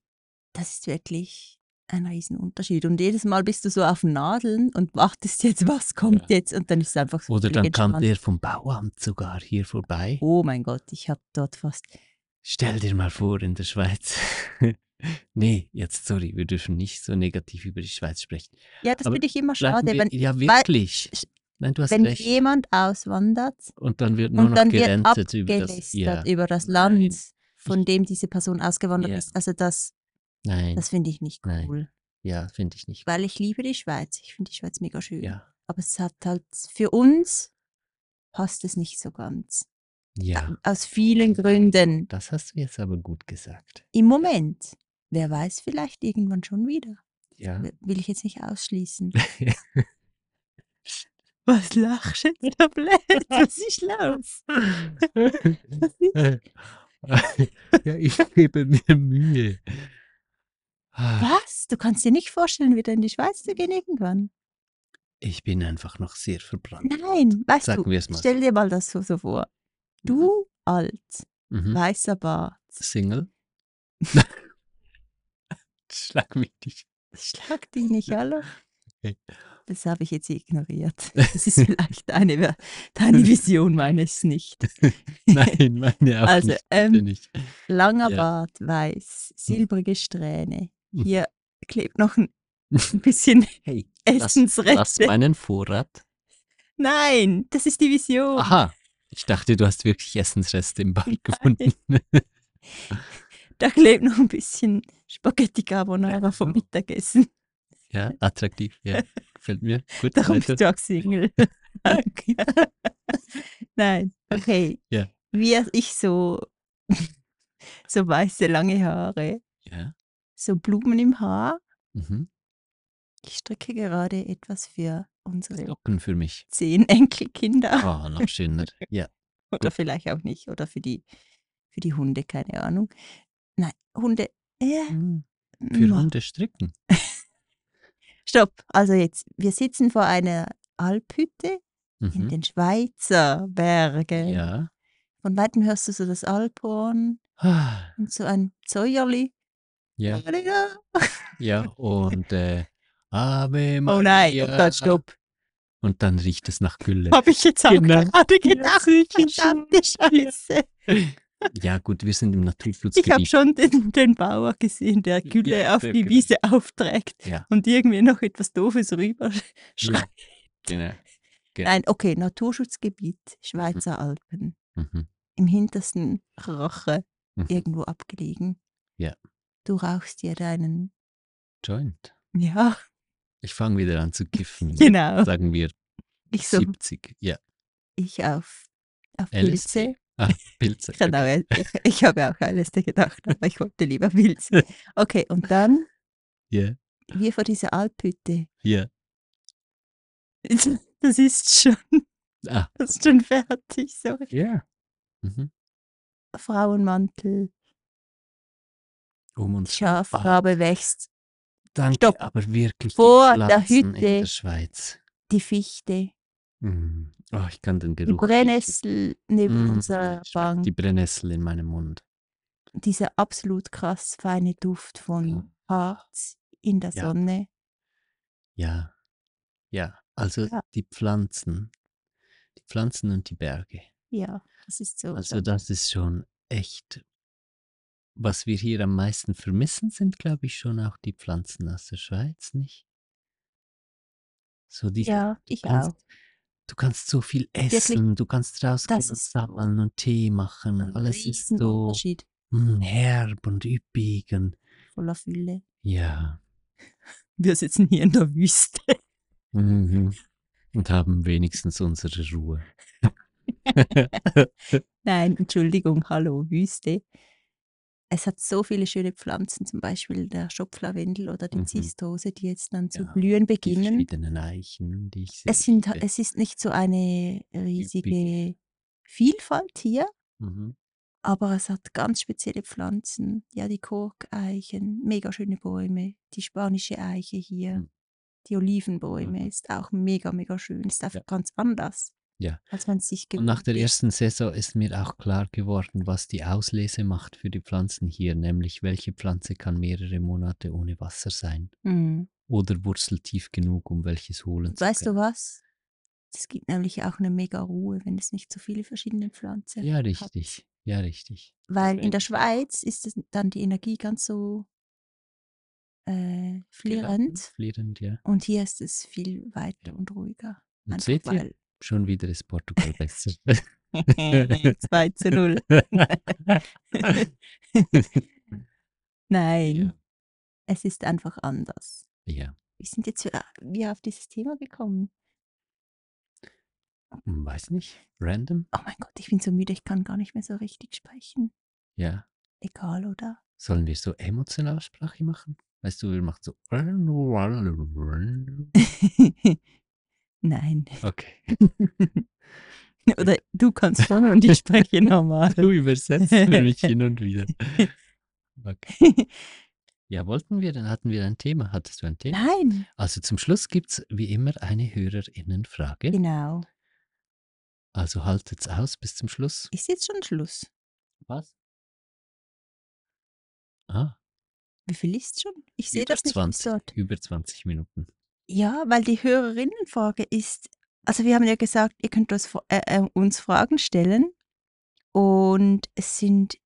[SPEAKER 1] Das ist wirklich ein Riesenunterschied. Und jedes Mal bist du so auf den Nadeln und wartest jetzt, was kommt jetzt? Und dann ist es einfach so.
[SPEAKER 2] Oder
[SPEAKER 1] völlig
[SPEAKER 2] dann kam
[SPEAKER 1] entspannt.
[SPEAKER 2] der vom Bauamt sogar hier vorbei.
[SPEAKER 1] Oh mein Gott, ich habe dort fast.
[SPEAKER 2] Stell dir mal vor, in der Schweiz. *laughs* nee, jetzt sorry, wir dürfen nicht so negativ über die Schweiz sprechen.
[SPEAKER 1] Ja, das
[SPEAKER 2] Aber
[SPEAKER 1] finde ich immer schade,
[SPEAKER 2] Bleiben wir,
[SPEAKER 1] wenn,
[SPEAKER 2] ja, wirklich.
[SPEAKER 1] sch-
[SPEAKER 2] Nein, du hast
[SPEAKER 1] wenn
[SPEAKER 2] recht.
[SPEAKER 1] jemand auswandert
[SPEAKER 2] Und dann wird nur
[SPEAKER 1] und
[SPEAKER 2] noch
[SPEAKER 1] dann wird
[SPEAKER 2] gerentet über das.
[SPEAKER 1] abgelästert
[SPEAKER 2] Ja,
[SPEAKER 1] über das Land,
[SPEAKER 2] Nein.
[SPEAKER 1] von dem diese Person ausgewandert
[SPEAKER 2] Ja.
[SPEAKER 1] ist. Also das,
[SPEAKER 2] nein.
[SPEAKER 1] das finde ich nicht
[SPEAKER 2] Nein.
[SPEAKER 1] cool.
[SPEAKER 2] ja, finde ich nicht.
[SPEAKER 1] Weil ich liebe die Schweiz. Ich finde die Schweiz mega schön.
[SPEAKER 2] Ja.
[SPEAKER 1] Aber es hat halt für uns passt es nicht so ganz.
[SPEAKER 2] Ja,
[SPEAKER 1] Aus vielen Gründen.
[SPEAKER 2] das hast du jetzt aber gut gesagt.
[SPEAKER 1] Im Moment. Wer weiß vielleicht irgendwann schon wieder.
[SPEAKER 2] Ja.
[SPEAKER 1] W- Will ich jetzt nicht
[SPEAKER 2] *laughs*
[SPEAKER 1] ausschließen. Was lachst du wieder blöd?
[SPEAKER 2] *laughs*
[SPEAKER 1] Was ist los?
[SPEAKER 2] *laughs* ja, ich gebe mir Mühe. Ah,
[SPEAKER 1] Was? Du kannst dir nicht vorstellen, wieder in die Schweiz zu gehen irgendwann.
[SPEAKER 2] Ich bin einfach noch sehr verbrannt.
[SPEAKER 1] Nein, weißt
[SPEAKER 2] Sagen
[SPEAKER 1] du,
[SPEAKER 2] wir es mal.
[SPEAKER 1] stell dir mal das so, so vor. Du alt,
[SPEAKER 2] Mhm.
[SPEAKER 1] weißer Bart. *laughs*
[SPEAKER 2] Single. Schlag mich nicht.
[SPEAKER 1] Schlag dich nicht, hallo?
[SPEAKER 2] Okay.
[SPEAKER 1] Das habe ich jetzt
[SPEAKER 2] *laughs*
[SPEAKER 1] ignoriert. Das ist vielleicht deine, Ver- deine Vision meines nicht.
[SPEAKER 2] Nein, meine auch
[SPEAKER 1] Also,
[SPEAKER 2] nicht.
[SPEAKER 1] ähm,
[SPEAKER 2] bitte nicht.
[SPEAKER 1] Langer
[SPEAKER 2] Ja. Mhm.
[SPEAKER 1] Bart, weiß, silbrige Strähne.
[SPEAKER 2] Hm.
[SPEAKER 1] Hier klebt noch ein ein bisschen
[SPEAKER 2] Hey, *laughs*
[SPEAKER 1] *laughs*
[SPEAKER 2] lass, lass
[SPEAKER 1] Essensreste.
[SPEAKER 2] meinen Vorrat.
[SPEAKER 1] Nein, das ist die Vision.
[SPEAKER 2] Aha, ich dachte, du hast wirklich Essensreste im Bad gefunden.
[SPEAKER 1] *laughs*
[SPEAKER 2] *laughs*
[SPEAKER 1] Da klebt noch ein bisschen Spaghetti Carbonara vom Mittagessen. *laughs*
[SPEAKER 2] Ja, attraktiv. Ja, gefällt mir. Gut,
[SPEAKER 1] Darum
[SPEAKER 2] weiter.
[SPEAKER 1] bist du auch
[SPEAKER 2] *laughs*
[SPEAKER 1] Single. *laughs* Nein, okay.
[SPEAKER 2] Ja.
[SPEAKER 1] Wie ich so, *laughs* so weiße, lange Haare,
[SPEAKER 2] Ja.
[SPEAKER 1] so Blumen im Haar.
[SPEAKER 2] Mhm.
[SPEAKER 1] Ich stricke gerade etwas für unsere
[SPEAKER 2] Locken für mich.
[SPEAKER 1] zehn Enkelkinder.
[SPEAKER 2] Ah, noch schöner. Ja.
[SPEAKER 1] *laughs* Oder vielleicht auch nicht. Oder für die, für die Hunde, keine Ahnung. Nein, Hunde. Äh,
[SPEAKER 2] Hm, Für
[SPEAKER 1] ma-
[SPEAKER 2] Hunde stricken.
[SPEAKER 1] Stopp. Also jetzt, wir sitzen vor einer Alphütte in
[SPEAKER 2] Mhm.
[SPEAKER 1] den Schweizer Bergen.
[SPEAKER 2] Ja. *sighs*
[SPEAKER 1] Von Weitem hörst du so das Alphorn
[SPEAKER 2] Ah,
[SPEAKER 1] und so ein Säuerli.
[SPEAKER 2] Ja, ja. Und äh, Ave Maria.
[SPEAKER 1] Oh nein, oh Gott, stopp.
[SPEAKER 2] Und dann riecht es nach Gülle.
[SPEAKER 1] Habe ich jetzt auch
[SPEAKER 2] Genau.
[SPEAKER 1] gerade gedacht.
[SPEAKER 2] sicher
[SPEAKER 1] Verdammte Scheiße.
[SPEAKER 2] Ja, gut, wir sind im
[SPEAKER 1] Ich habe
[SPEAKER 2] Naturschutzgebiet.
[SPEAKER 1] schon den, den Bauer gesehen, der Gülle
[SPEAKER 2] Ja,
[SPEAKER 1] auf
[SPEAKER 2] sehr
[SPEAKER 1] die
[SPEAKER 2] genau.
[SPEAKER 1] Wiese aufträgt
[SPEAKER 2] Ja.
[SPEAKER 1] und irgendwie noch etwas Doofes rüber schreit.
[SPEAKER 2] Genau. Ja.
[SPEAKER 1] Nein, okay, Naturschutzgebiet, Schweizer Alpen,
[SPEAKER 2] Mhm.
[SPEAKER 1] im hintersten Roche
[SPEAKER 2] Mhm.
[SPEAKER 1] irgendwo abgelegen.
[SPEAKER 2] Ja.
[SPEAKER 1] Du rauchst dir deinen,
[SPEAKER 2] Joint.
[SPEAKER 1] ja,
[SPEAKER 2] Ich fange wieder an zu kiffen.
[SPEAKER 1] genau.
[SPEAKER 2] Sagen wir
[SPEAKER 1] Ich so,
[SPEAKER 2] 70. Ja.
[SPEAKER 1] ich auf, auf
[SPEAKER 2] LSD.
[SPEAKER 1] Pilze.
[SPEAKER 2] Ah, Pilze.
[SPEAKER 1] Genau, ich, ich habe auch LSD gedacht, aber ich wollte lieber
[SPEAKER 2] *laughs*
[SPEAKER 1] Pilze. Okay, und dann,
[SPEAKER 2] Ja.
[SPEAKER 1] wir vor dieser Alphütte. *laughs*
[SPEAKER 2] Ja.
[SPEAKER 1] Das ist schon,
[SPEAKER 2] Ah.
[SPEAKER 1] das ist schon fertig, sorry.
[SPEAKER 2] Ja. Mhm.
[SPEAKER 1] Frauenmantel,
[SPEAKER 2] Um uns Ah,
[SPEAKER 1] Schafrabe wächst,
[SPEAKER 2] danke,
[SPEAKER 1] Stopp.
[SPEAKER 2] aber wirklich die
[SPEAKER 1] Vor der
[SPEAKER 2] Pflanzen in
[SPEAKER 1] Hütte.
[SPEAKER 2] der Schweiz.
[SPEAKER 1] die Fichte,
[SPEAKER 2] Mhm. Oh, ich kann den
[SPEAKER 1] die
[SPEAKER 2] Geruch. riechen.
[SPEAKER 1] Brennnessel neben
[SPEAKER 2] Mhm.
[SPEAKER 1] unserer
[SPEAKER 2] Schmeckt
[SPEAKER 1] Bank.
[SPEAKER 2] Die Brennnessel in meinem Mund.
[SPEAKER 1] dieser absolut krass feine Duft von Harz in der
[SPEAKER 2] Ja.
[SPEAKER 1] Sonne.
[SPEAKER 2] Ja. Ja. Also
[SPEAKER 1] Ja.
[SPEAKER 2] die Pflanzen. Die Pflanzen und die Berge.
[SPEAKER 1] Ja, das ist so.
[SPEAKER 2] Also das ist schon echt. Was wir hier am meisten vermissen, sind, glaube ich, schon auch die Pflanzen aus der Schweiz, nicht? So diese,
[SPEAKER 1] ja, ich
[SPEAKER 2] kannst
[SPEAKER 1] auch.
[SPEAKER 2] Du kannst so viel essen, du kannst rausgehen
[SPEAKER 1] Das
[SPEAKER 2] und
[SPEAKER 1] ist so.
[SPEAKER 2] sammeln und Tee machen.
[SPEAKER 1] Ein
[SPEAKER 2] Alles ist so
[SPEAKER 1] Riesenunterschied
[SPEAKER 2] mm, herb und üppig und
[SPEAKER 1] voller Fülle.
[SPEAKER 2] ja.
[SPEAKER 1] Wir sitzen hier in der Wüste. *laughs*
[SPEAKER 2] Mhm. Und haben wenigstens unsere Ruhe.
[SPEAKER 1] Nein, Entschuldigung, hallo, Wüste. Es hat so viele schöne Pflanzen, zum Beispiel der Schopflavendel oder die
[SPEAKER 2] Mhm.
[SPEAKER 1] Zistose, die jetzt dann zu
[SPEAKER 2] Ja,
[SPEAKER 1] blühen
[SPEAKER 2] Die
[SPEAKER 1] beginnen.
[SPEAKER 2] verschiedenen Eichen, die ich sehe. Äh,
[SPEAKER 1] Es, sind, es ist nicht so eine riesige Vielfalt hier,
[SPEAKER 2] mhm.
[SPEAKER 1] aber es hat ganz spezielle Pflanzen. Ja, die Korkeichen, mega schöne Bäume, die spanische Eiche hier,
[SPEAKER 2] Mhm.
[SPEAKER 1] die Olivenbäume
[SPEAKER 2] Mhm.
[SPEAKER 1] ist auch mega, mega schön. Ist einfach
[SPEAKER 2] Ja.
[SPEAKER 1] ganz anders,
[SPEAKER 2] Ja.
[SPEAKER 1] als man es sich
[SPEAKER 2] Und nach
[SPEAKER 1] gewöhnt
[SPEAKER 2] der
[SPEAKER 1] ist.
[SPEAKER 2] ersten Saison ist mir auch klar geworden, was die Auslese macht für die Pflanzen hier, nämlich welche Pflanze kann mehrere Monate ohne Wasser sein
[SPEAKER 1] Mhm.
[SPEAKER 2] oder wurzeltief genug, um welches holen
[SPEAKER 1] Und weißt
[SPEAKER 2] zu
[SPEAKER 1] du was? Es gibt nämlich auch eine mega Ruhe, wenn es nicht so viele verschiedene Pflanzen
[SPEAKER 2] Ja,
[SPEAKER 1] hat.
[SPEAKER 2] richtig. Ja, richtig.
[SPEAKER 1] Weil in der
[SPEAKER 2] Deswegen-
[SPEAKER 1] Schweiz ist es dann die Energie ganz so
[SPEAKER 2] ne?
[SPEAKER 1] äh,
[SPEAKER 2] Gelassen,
[SPEAKER 1] flirrend
[SPEAKER 2] Flirrend, ja.
[SPEAKER 1] und hier ist es viel weiter und ruhiger.
[SPEAKER 2] Und
[SPEAKER 1] Einfach
[SPEAKER 2] seht ihr, *laughs*
[SPEAKER 1] weil
[SPEAKER 2] schon wieder ist Portugal
[SPEAKER 1] *laughs*
[SPEAKER 2] besser. *laughs*
[SPEAKER 1] 2 äh, zu 0. *laughs* Nein,
[SPEAKER 2] ja.
[SPEAKER 1] es ist einfach anders.
[SPEAKER 2] ja,
[SPEAKER 1] Wir sind jetzt wieder- wieder auf dieses Thema gekommen.
[SPEAKER 2] Hm, weiß nicht. Random?
[SPEAKER 1] Oh mein Gott, ich bin so müde, ich kann gar nicht mehr so richtig sprechen.
[SPEAKER 2] Ja.
[SPEAKER 1] Egal, oder? *laughs*
[SPEAKER 2] Sollen wir so emotionale Sprache machen? Weißt du, wir machen so.
[SPEAKER 1] Nein. *laughs*
[SPEAKER 2] Okay.
[SPEAKER 1] Oder du kannst schon und ich spreche normal.
[SPEAKER 2] Du übersetzt für mich hin und wieder. *laughs* Okay. Ja, wollten wir, dann hatten wir ein Thema. Hattest du ein
[SPEAKER 1] *laughs*
[SPEAKER 2] Thema?
[SPEAKER 1] Nein.
[SPEAKER 2] Also zum Schluss gibt es wie immer eine Hörerinnenfrage.
[SPEAKER 1] Genau.
[SPEAKER 2] Also haltet's aus bis zum Schluss.
[SPEAKER 1] Ist jetzt schon Schluss.
[SPEAKER 2] Was? Ah,
[SPEAKER 1] Wie viel ist schon? Ich sehe
[SPEAKER 2] über,
[SPEAKER 1] das nicht bis
[SPEAKER 2] 20,
[SPEAKER 1] dort.
[SPEAKER 2] über 20 Minuten.
[SPEAKER 1] Ja, weil die Hörerinnenfrage ist, also wir haben ja gesagt, ihr könnt uns, fra- äh, äh, uns Fragen stellen und es sind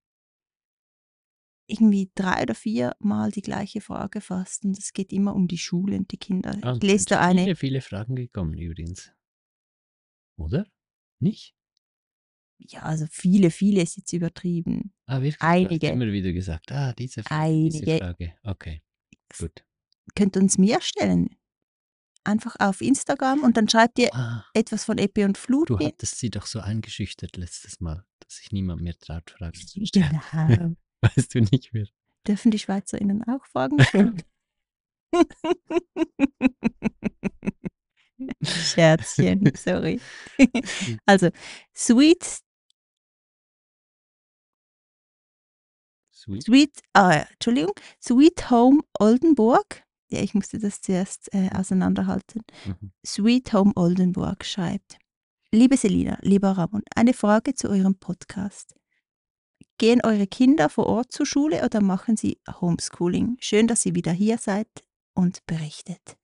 [SPEAKER 1] irgendwie drei oder vier Mal die gleiche Frage fast und es geht immer um die Schule und die Kinder.
[SPEAKER 2] Ah,
[SPEAKER 1] ich
[SPEAKER 2] und
[SPEAKER 1] lese
[SPEAKER 2] sind
[SPEAKER 1] da eine.
[SPEAKER 2] Viele, viele Fragen gekommen übrigens. Oder? Nicht?
[SPEAKER 1] Ja, also viele, viele ist jetzt übertrieben.
[SPEAKER 2] Ah, wirklich? Du
[SPEAKER 1] Einige.
[SPEAKER 2] hast immer wieder gesagt, ah, diese Frage, diese
[SPEAKER 1] Einige. äh,
[SPEAKER 2] Frage. Okay, gut.
[SPEAKER 1] Könnt uns mehr stellen. Einfach auf Instagram und dann schreibt ihr
[SPEAKER 2] Ah,
[SPEAKER 1] etwas von Epi und Flut.
[SPEAKER 2] du
[SPEAKER 1] hin.
[SPEAKER 2] hattest sie doch so eingeschüchtert letztes Mal, dass sich niemand mehr traut, Fragen
[SPEAKER 1] *laughs*
[SPEAKER 2] zu stellen. *laughs*
[SPEAKER 1] Genau.
[SPEAKER 2] Weißt du nicht mehr?
[SPEAKER 1] Dürfen die SchweizerInnen auch Fragen stellen? Scherzchen, sorry. *laughs* also, sweet,
[SPEAKER 2] Sweet.
[SPEAKER 1] sweet, ah, Entschuldigung, Sweet Home Oldenburg. Ja, ich musste das zuerst äh, auseinanderhalten.
[SPEAKER 2] Mhm.
[SPEAKER 1] Sweet Home Oldenburg schreibt: Liebe Selina, lieber Ramon, eine Frage zu eurem Podcast. Gehen eure Kinder vor Ort zur Schule oder machen sie Homeschooling? Schön, dass ihr wieder hier seid und berichtet.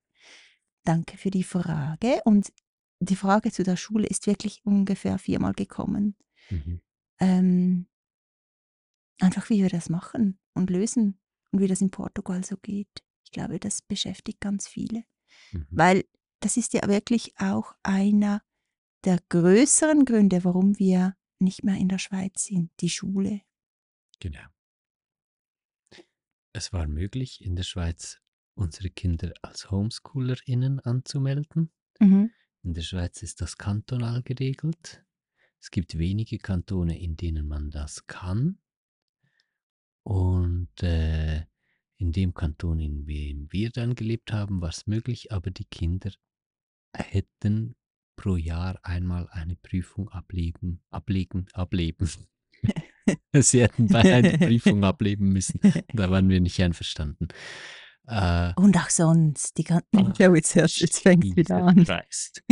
[SPEAKER 1] Danke für die Frage. Und die Frage zu der Schule ist wirklich ungefähr viermal gekommen.
[SPEAKER 2] Mhm.
[SPEAKER 1] Ähm, einfach, wie wir das machen und lösen und wie das in Portugal so geht. Ich glaube, das beschäftigt ganz viele
[SPEAKER 2] Mhm.
[SPEAKER 1] weil das ist ja wirklich auch einer der größeren Gründe, warum wir nicht mehr in der Schweiz sind, die Schule.
[SPEAKER 2] Genau. Es war möglich, in der Schweiz unsere Kinder als HomeschoolerInnen anzumelden.
[SPEAKER 1] Mhm.
[SPEAKER 2] In der Schweiz ist das kantonal geregelt. Es gibt wenige Kantone, in denen man das kann. Und äh, in dem Kanton, in dem wir dann gelebt haben, war es möglich, aber die Kinder hätten pro Jahr einmal eine Prüfung ablegen, ablegen,
[SPEAKER 1] *laughs*
[SPEAKER 2] ableben. Sie hätten bei einer Prüfung ableben müssen. Da waren wir nicht einverstanden. Äh,
[SPEAKER 1] Und auch sonst, die ganzen.
[SPEAKER 2] Ah,
[SPEAKER 1] Oh, ja, jetzt, hörst, jetzt fängt's wieder *laughs* an.
[SPEAKER 2] Jesus Christ.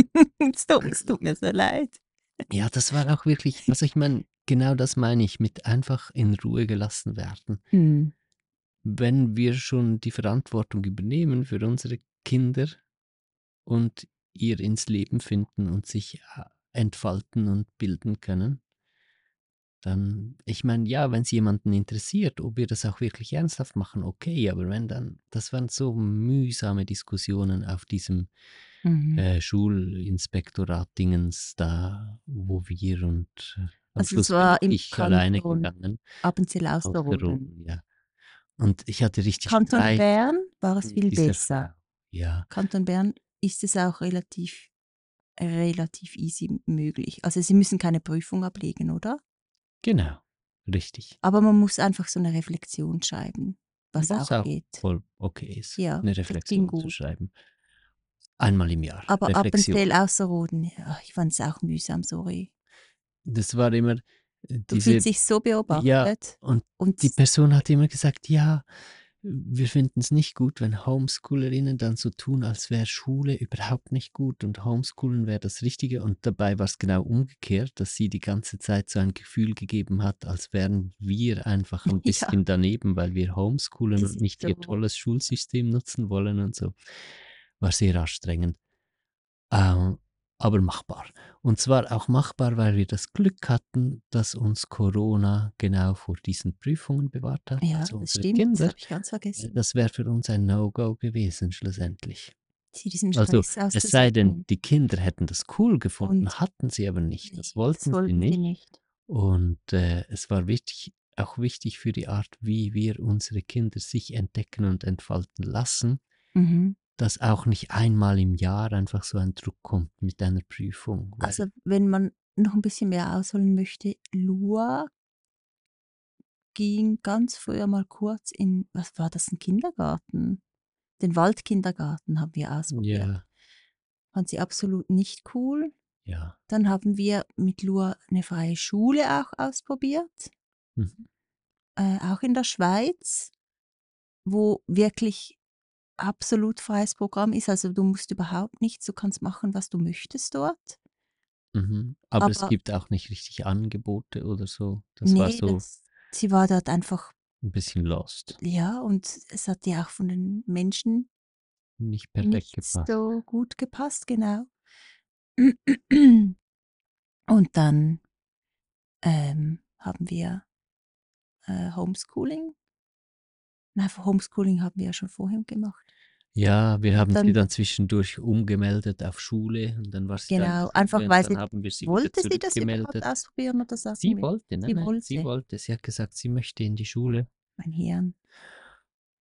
[SPEAKER 1] Es tut, es tut mir so leid.
[SPEAKER 2] Ja, das war auch wirklich, also ich meine, genau das meine ich mit einfach in Ruhe gelassen werden.
[SPEAKER 1] Mhm.
[SPEAKER 2] Wenn wir schon die Verantwortung übernehmen für unsere Kinder und ihr ins Leben finden und sich äh, entfalten und bilden können, dann, ich meine, ja, wenn es jemanden interessiert, ob wir das auch wirklich ernsthaft machen, okay, aber wenn dann, das waren so mühsame Diskussionen auf diesem
[SPEAKER 1] Mhm.
[SPEAKER 2] äh, Schulinspektorat-Dingens da, wo wir und äh, am
[SPEAKER 1] Also es
[SPEAKER 2] Schluss bin
[SPEAKER 1] war im
[SPEAKER 2] ich alleine
[SPEAKER 1] Kanton
[SPEAKER 2] gegangen.
[SPEAKER 1] Appenzell Ausserrhoden.
[SPEAKER 2] Ausgerufen, ja. Und ich hatte richtig
[SPEAKER 1] Kanton
[SPEAKER 2] Streit
[SPEAKER 1] Bern war es
[SPEAKER 2] mit
[SPEAKER 1] viel
[SPEAKER 2] dieser
[SPEAKER 1] besser.
[SPEAKER 2] Frau. Ja,
[SPEAKER 1] Kanton Bern ist es auch relativ, relativ easy möglich. Also sie müssen keine Prüfung ablegen, oder?
[SPEAKER 2] genau. Richtig.
[SPEAKER 1] Aber man muss einfach so eine Reflexion schreiben, was auch
[SPEAKER 2] Was auch
[SPEAKER 1] geht.
[SPEAKER 2] voll okay ist,
[SPEAKER 1] Ja,
[SPEAKER 2] eine
[SPEAKER 1] das ging
[SPEAKER 2] Reflexion zu
[SPEAKER 1] gut.
[SPEAKER 2] schreiben. Einmal im Jahr.
[SPEAKER 1] Aber
[SPEAKER 2] Reflexion.
[SPEAKER 1] Appenzell Ausserrhoden, ja, ich fand es auch mühsam, sorry.
[SPEAKER 2] Das war immer äh,
[SPEAKER 1] Du
[SPEAKER 2] diese
[SPEAKER 1] fühlst dich so beobachtet
[SPEAKER 2] und
[SPEAKER 1] und
[SPEAKER 2] die Person hat immer gesagt, ja, wir finden es nicht gut, wenn Homeschoolerinnen dann so tun, als wäre Schule überhaupt nicht gut und Homeschoolen wäre das Richtige. Und dabei war es genau umgekehrt, dass sie die ganze Zeit so ein Gefühl gegeben hat, als wären wir einfach
[SPEAKER 1] *laughs*
[SPEAKER 2] ein
[SPEAKER 1] Ja.
[SPEAKER 2] bisschen daneben, weil wir Homeschoolen
[SPEAKER 1] Das
[SPEAKER 2] und
[SPEAKER 1] ist
[SPEAKER 2] nicht ihr
[SPEAKER 1] so.
[SPEAKER 2] tolles Schulsystem nutzen wollen und so. War sehr anstrengend. Ähm, aber machbar. Und zwar auch machbar, weil wir das Glück hatten, dass uns Corona genau vor diesen Prüfungen bewahrt hat.
[SPEAKER 1] ja,
[SPEAKER 2] also
[SPEAKER 1] das
[SPEAKER 2] unsere
[SPEAKER 1] stimmt, das
[SPEAKER 2] Kinder.
[SPEAKER 1] habe ich ganz
[SPEAKER 2] Äh,
[SPEAKER 1] vergessen.
[SPEAKER 2] Das wäre für uns ein No-Go gewesen, schlussendlich.
[SPEAKER 1] Sie diesen
[SPEAKER 2] Also,
[SPEAKER 1] Stress
[SPEAKER 2] es sei denn,
[SPEAKER 1] auszusetzen.
[SPEAKER 2] die Kinder hätten das cool gefunden,
[SPEAKER 1] Und-
[SPEAKER 2] hatten sie aber nicht.
[SPEAKER 1] Nee,
[SPEAKER 2] Das wollten,
[SPEAKER 1] das wollten
[SPEAKER 2] sie nicht.
[SPEAKER 1] sie nicht.
[SPEAKER 2] Und äh, es war wichtig, auch wichtig für die Art, wie wir unsere Kinder sich entdecken und entfalten lassen,
[SPEAKER 1] Mhm.
[SPEAKER 2] dass auch nicht einmal im Jahr einfach so ein Druck kommt mit einer Prüfung. weil-
[SPEAKER 1] Also wenn man noch ein bisschen mehr ausholen möchte, Lua ging ganz früher mal kurz in, was war das, ein Kindergarten? Den Waldkindergarten haben wir ausprobiert.
[SPEAKER 2] ja,
[SPEAKER 1] Fand sie absolut nicht cool.
[SPEAKER 2] ja.
[SPEAKER 1] Dann haben wir mit Lua eine freie Schule auch ausprobiert,
[SPEAKER 2] Mhm.
[SPEAKER 1] äh, auch in der Schweiz, wo wirklich absolut freies Programm ist. Also du musst überhaupt nichts, du kannst machen, was du möchtest dort.
[SPEAKER 2] Mhm. Aber, es
[SPEAKER 1] Aber-
[SPEAKER 2] gibt auch nicht richtig Angebote oder so. Das war so
[SPEAKER 1] das, sie war dort einfach,
[SPEAKER 2] ein bisschen lost.
[SPEAKER 1] ja, und es hat ihr auch von den Menschen
[SPEAKER 2] Nicht perfekt
[SPEAKER 1] nicht
[SPEAKER 2] gepasst.
[SPEAKER 1] so gut gepasst, genau. *clears throat* Und dann ähm, haben wir äh, Homeschooling. Nein, für Homeschooling haben wir ja schon vorher gemacht.
[SPEAKER 2] Ja, wir haben sie
[SPEAKER 1] Dann-
[SPEAKER 2] dann zwischendurch umgemeldet auf Schule und dann war sie da in der
[SPEAKER 1] Genau,
[SPEAKER 2] Schule
[SPEAKER 1] einfach
[SPEAKER 2] und
[SPEAKER 1] weil
[SPEAKER 2] dann
[SPEAKER 1] sie-
[SPEAKER 2] haben wir sie
[SPEAKER 1] Wollte
[SPEAKER 2] wieder
[SPEAKER 1] sie das überhaupt
[SPEAKER 2] zurückgemeldet.
[SPEAKER 1] ausprobieren oder sagen
[SPEAKER 2] Sie
[SPEAKER 1] wir-
[SPEAKER 2] wollte, nein,
[SPEAKER 1] sie
[SPEAKER 2] nein,
[SPEAKER 1] wollte,
[SPEAKER 2] sie wollte. Sie hat gesagt, sie möchte in die Schule.
[SPEAKER 1] mein Hirn.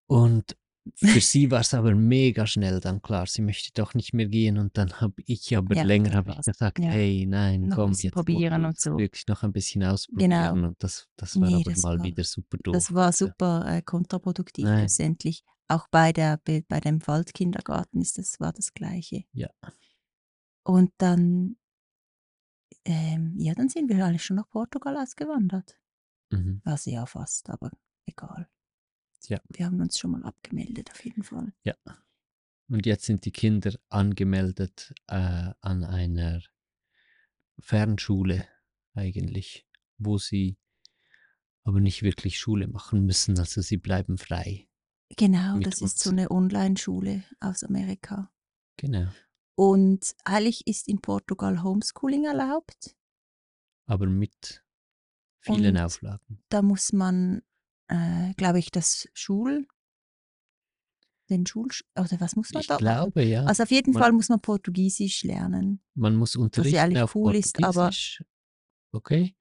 [SPEAKER 2] Und
[SPEAKER 1] *laughs*
[SPEAKER 2] für sie war es aber mega schnell dann klar, sie möchte doch nicht mehr gehen. Und dann habe ich aber
[SPEAKER 1] Ja,
[SPEAKER 2] länger
[SPEAKER 1] das
[SPEAKER 2] habe ich
[SPEAKER 1] war's.
[SPEAKER 2] gesagt,
[SPEAKER 1] Ja.
[SPEAKER 2] hey, nein,
[SPEAKER 1] Noch ein
[SPEAKER 2] komm,
[SPEAKER 1] bisschen
[SPEAKER 2] jetzt musst
[SPEAKER 1] probieren
[SPEAKER 2] du
[SPEAKER 1] und so. Genau.
[SPEAKER 2] wirklich noch ein bisschen ausprobieren. Und das, das war
[SPEAKER 1] Nee,
[SPEAKER 2] aber
[SPEAKER 1] das
[SPEAKER 2] mal
[SPEAKER 1] war-
[SPEAKER 2] wieder super doof.
[SPEAKER 1] Das war
[SPEAKER 2] Also,
[SPEAKER 1] super äh, kontraproduktiv
[SPEAKER 2] Nein.
[SPEAKER 1] schlussendlich. Auch bei, der, bei bei dem Waldkindergarten ist das, war das Gleiche.
[SPEAKER 2] Ja.
[SPEAKER 1] Und dann, ähm, ja, dann sind wir alle schon nach Portugal ausgewandert.
[SPEAKER 2] Mhm.
[SPEAKER 1] Also ja, fast, aber egal.
[SPEAKER 2] Tja.
[SPEAKER 1] Wir haben uns schon mal abgemeldet, auf jeden Fall.
[SPEAKER 2] Und jetzt sind die Kinder angemeldet äh, an einer Fernschule eigentlich, wo sie aber nicht wirklich Schule machen müssen. Also sie bleiben frei.
[SPEAKER 1] Genau,
[SPEAKER 2] Mit
[SPEAKER 1] das ist so
[SPEAKER 2] uns.
[SPEAKER 1] eine Online-Schule aus Amerika.
[SPEAKER 2] Genau.
[SPEAKER 1] Und eigentlich ist in Portugal Homeschooling erlaubt.
[SPEAKER 2] Aber mit vielen
[SPEAKER 1] Und-
[SPEAKER 2] Auflagen.
[SPEAKER 1] Da muss man, äh, glaube ich, das Schul, den Schul, oder was muss man
[SPEAKER 2] Ich
[SPEAKER 1] da machen?
[SPEAKER 2] glaube, ja.
[SPEAKER 1] Also auf jeden
[SPEAKER 2] man-
[SPEAKER 1] Fall muss man Portugiesisch lernen.
[SPEAKER 2] man muss unterrichten
[SPEAKER 1] eigentlich
[SPEAKER 2] auf
[SPEAKER 1] cool ist, aber-
[SPEAKER 2] Portugiesisch. okay.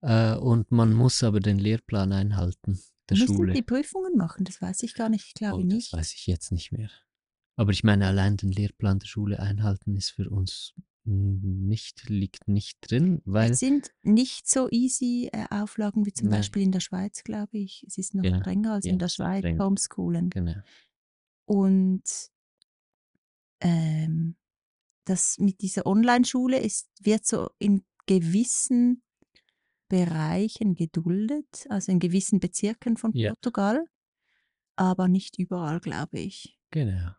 [SPEAKER 2] Äh, und man muss aber den Lehrplan einhalten der
[SPEAKER 1] Müssen
[SPEAKER 2] Schule.
[SPEAKER 1] die Prüfungen machen? Das weiß ich gar nicht. Ich glaube
[SPEAKER 2] Oh, das
[SPEAKER 1] nicht.
[SPEAKER 2] weiß ich jetzt nicht mehr. Aber ich meine, allein den Lehrplan der Schule einhalten ist für uns nicht, liegt nicht drin, weil
[SPEAKER 1] Es sind nicht so easy äh, Auflagen wie zum
[SPEAKER 2] Nein.
[SPEAKER 1] Beispiel in der Schweiz, glaube ich. Es ist noch
[SPEAKER 2] Ja,
[SPEAKER 1] strenger als
[SPEAKER 2] ja,
[SPEAKER 1] in der
[SPEAKER 2] es ist
[SPEAKER 1] Schweiz,
[SPEAKER 2] strenger.
[SPEAKER 1] Homeschoolen.
[SPEAKER 2] genau.
[SPEAKER 1] Und ähm, das mit dieser Online-Schule ist, wird so in gewissen Bereichen geduldet, also in gewissen Bezirken von
[SPEAKER 2] Ja.
[SPEAKER 1] Portugal, aber nicht überall, glaube ich.
[SPEAKER 2] Genau.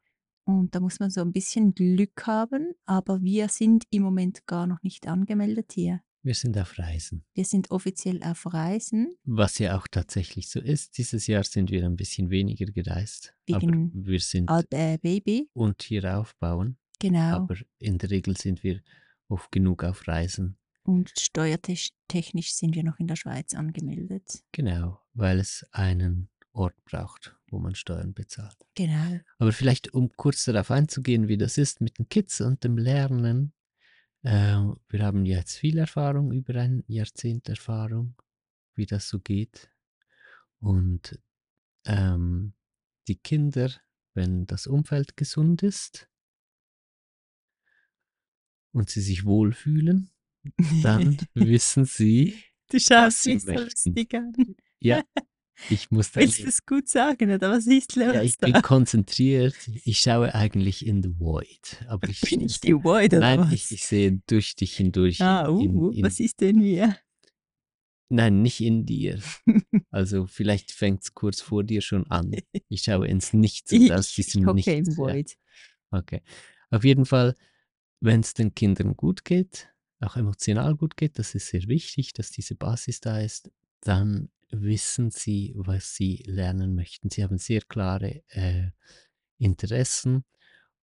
[SPEAKER 1] Und da muss man so ein bisschen Glück haben, aber wir sind im Moment gar noch nicht angemeldet hier.
[SPEAKER 2] Wir sind auf Reisen.
[SPEAKER 1] Wir sind offiziell auf Reisen.
[SPEAKER 2] Was ja auch tatsächlich so ist. Dieses Jahr sind wir ein bisschen weniger gereist.
[SPEAKER 1] Wegen
[SPEAKER 2] aber wir sind
[SPEAKER 1] Alt, äh, Baby,
[SPEAKER 2] und hier aufbauen.
[SPEAKER 1] genau.
[SPEAKER 2] Aber in der Regel sind wir oft genug auf Reisen.
[SPEAKER 1] Und steuertechnisch sind wir noch in der Schweiz angemeldet.
[SPEAKER 2] Genau, weil es einen Ort braucht, wo man Steuern bezahlt.
[SPEAKER 1] Genau.
[SPEAKER 2] Aber vielleicht, um kurz darauf einzugehen, wie das ist mit den Kids und dem Lernen. Äh, wir haben ja jetzt viel Erfahrung, über ein Jahrzehnt Erfahrung, wie das so geht. Und ähm, die Kinder, wenn das Umfeld gesund ist und sie sich wohlfühlen,
[SPEAKER 1] *laughs*
[SPEAKER 2] dann wissen sie,
[SPEAKER 1] du schaust
[SPEAKER 2] sie
[SPEAKER 1] mich so
[SPEAKER 2] möchten.
[SPEAKER 1] lustig an.
[SPEAKER 2] ja, ich muss da
[SPEAKER 1] Willst
[SPEAKER 2] leben.
[SPEAKER 1] du es gut sagen, oder was ist los?
[SPEAKER 2] Ja,
[SPEAKER 1] *laughs*
[SPEAKER 2] ich
[SPEAKER 1] da?
[SPEAKER 2] bin konzentriert. Ich schaue eigentlich in the void. Aber ich,
[SPEAKER 1] *laughs* Bin ich die Void oder
[SPEAKER 2] Nein,
[SPEAKER 1] was?
[SPEAKER 2] ich, ich sehe durch dich hindurch.
[SPEAKER 1] ah, uh,
[SPEAKER 2] in- in,
[SPEAKER 1] was ist denn wir?
[SPEAKER 2] Nein, nicht
[SPEAKER 1] *laughs*
[SPEAKER 2] in dir. Also vielleicht fängt es kurz vor dir schon
[SPEAKER 1] *laughs*
[SPEAKER 2] an. Ich schaue ins Nichts und aus
[SPEAKER 1] ich
[SPEAKER 2] diesem
[SPEAKER 1] hocke
[SPEAKER 2] Nichts.
[SPEAKER 1] im
[SPEAKER 2] ja.
[SPEAKER 1] Void.
[SPEAKER 2] Okay. Auf jeden Fall, wenn es den Kindern gut geht, auch emotional gut geht, das ist sehr wichtig, dass diese Basis da ist, dann wissen sie, was sie lernen möchten. Sie haben sehr klare äh, Interessen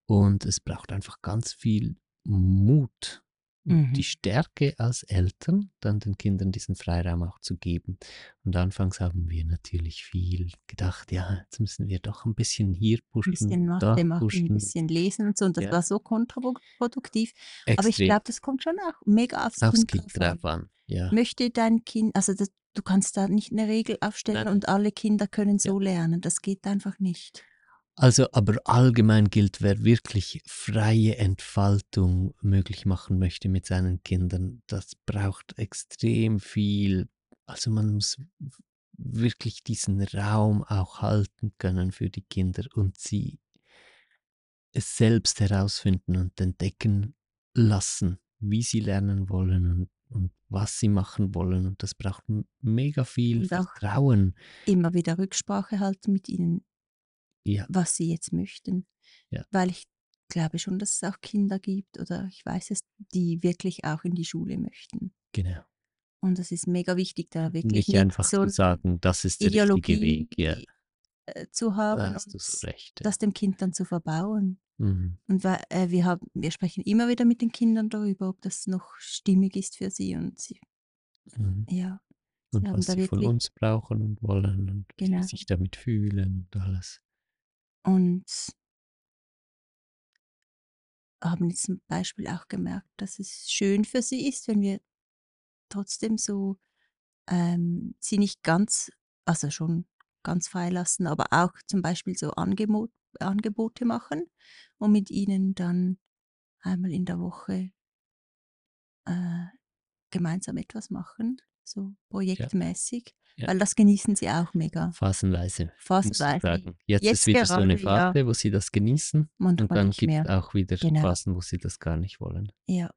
[SPEAKER 2] und es braucht einfach ganz viel Mut und
[SPEAKER 1] Mhm.
[SPEAKER 2] die Stärke als Eltern, dann den Kindern diesen Freiraum auch zu geben. Und anfangs haben wir natürlich viel gedacht, ja, jetzt müssen wir doch ein bisschen hier
[SPEAKER 1] Ein
[SPEAKER 2] pushen,
[SPEAKER 1] bisschen
[SPEAKER 2] da
[SPEAKER 1] Mathe machen, ein
[SPEAKER 2] pushen.
[SPEAKER 1] bisschen lesen und so. Und das
[SPEAKER 2] Ja.
[SPEAKER 1] war so kontraproduktiv. Aber ich
[SPEAKER 2] Extrem
[SPEAKER 1] glaube, das kommt schon auch mega aufs,
[SPEAKER 2] aufs
[SPEAKER 1] Kind
[SPEAKER 2] Kind
[SPEAKER 1] drauf Hm.
[SPEAKER 2] drauf an. Ja,
[SPEAKER 1] an. Möchte dein Kind, also das, du kannst da nicht eine Regel aufstellen
[SPEAKER 2] Nein, nein.
[SPEAKER 1] und alle Kinder können so lernen. Das geht einfach nicht.
[SPEAKER 2] also aber allgemein gilt, wer wirklich freie Entfaltung möglich machen möchte mit seinen Kindern, das braucht extrem viel. Also man muss wirklich diesen Raum auch halten können für die Kinder und sie es selbst herausfinden und entdecken lassen, wie sie lernen wollen und, und was sie machen wollen. Und das braucht m- mega viel
[SPEAKER 1] Und auch-
[SPEAKER 2] Vertrauen.
[SPEAKER 1] Immer wieder Rücksprache halten mit ihnen,
[SPEAKER 2] Ja.
[SPEAKER 1] was sie jetzt möchten.
[SPEAKER 2] Ja.
[SPEAKER 1] Weil ich glaube schon, dass es auch Kinder gibt oder ich weiß es, die wirklich auch in die Schule möchten.
[SPEAKER 2] Genau.
[SPEAKER 1] Und das ist mega wichtig, da wirklich
[SPEAKER 2] Nicht
[SPEAKER 1] nicht
[SPEAKER 2] einfach
[SPEAKER 1] so
[SPEAKER 2] zu sagen, das ist der
[SPEAKER 1] Ideologie
[SPEAKER 2] richtige Weg. Ja,
[SPEAKER 1] äh, zu
[SPEAKER 2] da
[SPEAKER 1] haben
[SPEAKER 2] hast du
[SPEAKER 1] und
[SPEAKER 2] so recht. ja.
[SPEAKER 1] das dem Kind dann zu verbauen.
[SPEAKER 2] Mhm.
[SPEAKER 1] Und wir, äh, wir, haben, wir sprechen immer wieder mit den Kindern darüber, ob das noch stimmig ist für sie. Und sie,
[SPEAKER 2] Mhm.
[SPEAKER 1] ja,
[SPEAKER 2] Und
[SPEAKER 1] haben
[SPEAKER 2] was
[SPEAKER 1] da
[SPEAKER 2] sie von
[SPEAKER 1] wirklich-
[SPEAKER 2] uns brauchen und wollen und wie
[SPEAKER 1] Genau.
[SPEAKER 2] sie sich damit fühlen und alles.
[SPEAKER 1] und haben jetzt zum Beispiel auch gemerkt, dass es schön für sie ist, wenn wir trotzdem so ähm, sie nicht ganz, also schon ganz freilassen, aber auch zum Beispiel so Angebot, Angebote machen und mit ihnen dann einmal in der Woche äh, gemeinsam etwas machen, so projektmäßig,
[SPEAKER 2] Ja.
[SPEAKER 1] weil das genießen sie auch mega.
[SPEAKER 2] Phasenweise, musst du
[SPEAKER 1] Phasenweise.
[SPEAKER 2] sagen. Jetzt,
[SPEAKER 1] Jetzt
[SPEAKER 2] ist wieder so eine
[SPEAKER 1] gerade, ja.
[SPEAKER 2] Phase, wo sie das genießen.
[SPEAKER 1] Manchmal
[SPEAKER 2] Und dann
[SPEAKER 1] nicht
[SPEAKER 2] gibt es
[SPEAKER 1] mehr.
[SPEAKER 2] auch wieder
[SPEAKER 1] Genau.
[SPEAKER 2] Phasen, wo sie das gar nicht wollen.
[SPEAKER 1] Ja,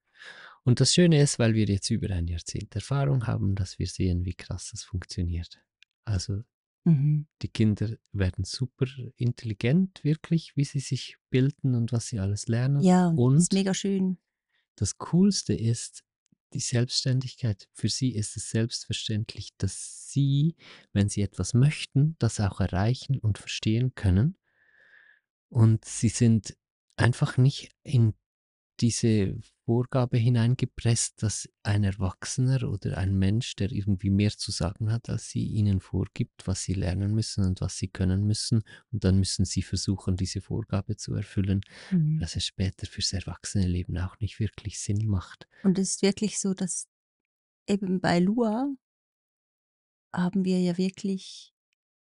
[SPEAKER 2] Und das Schöne ist, weil wir jetzt über ein Jahrzehnt Erfahrung haben, dass wir sehen, wie krass das funktioniert. Also
[SPEAKER 1] mhm.
[SPEAKER 2] die Kinder werden super intelligent, wirklich, wie sie sich bilden und was sie alles lernen.
[SPEAKER 1] ja und, das
[SPEAKER 2] und
[SPEAKER 1] ist mega schön.
[SPEAKER 2] das Coolste ist die Selbstständigkeit. Für sie ist es selbstverständlich, dass sie, wenn sie etwas möchten, das auch erreichen und verstehen können. Und sie sind einfach nicht in diese Vorgabe hineingepresst, dass ein Erwachsener oder ein Mensch, der irgendwie mehr zu sagen hat, als sie ihnen vorgibt, was sie lernen müssen und was sie können müssen. Und dann müssen sie versuchen, diese Vorgabe zu erfüllen
[SPEAKER 1] Mhm.
[SPEAKER 2] dass es später fürs Erwachsenenleben auch nicht wirklich Sinn macht.
[SPEAKER 1] Und es ist wirklich so, dass eben bei Lua haben wir ja wirklich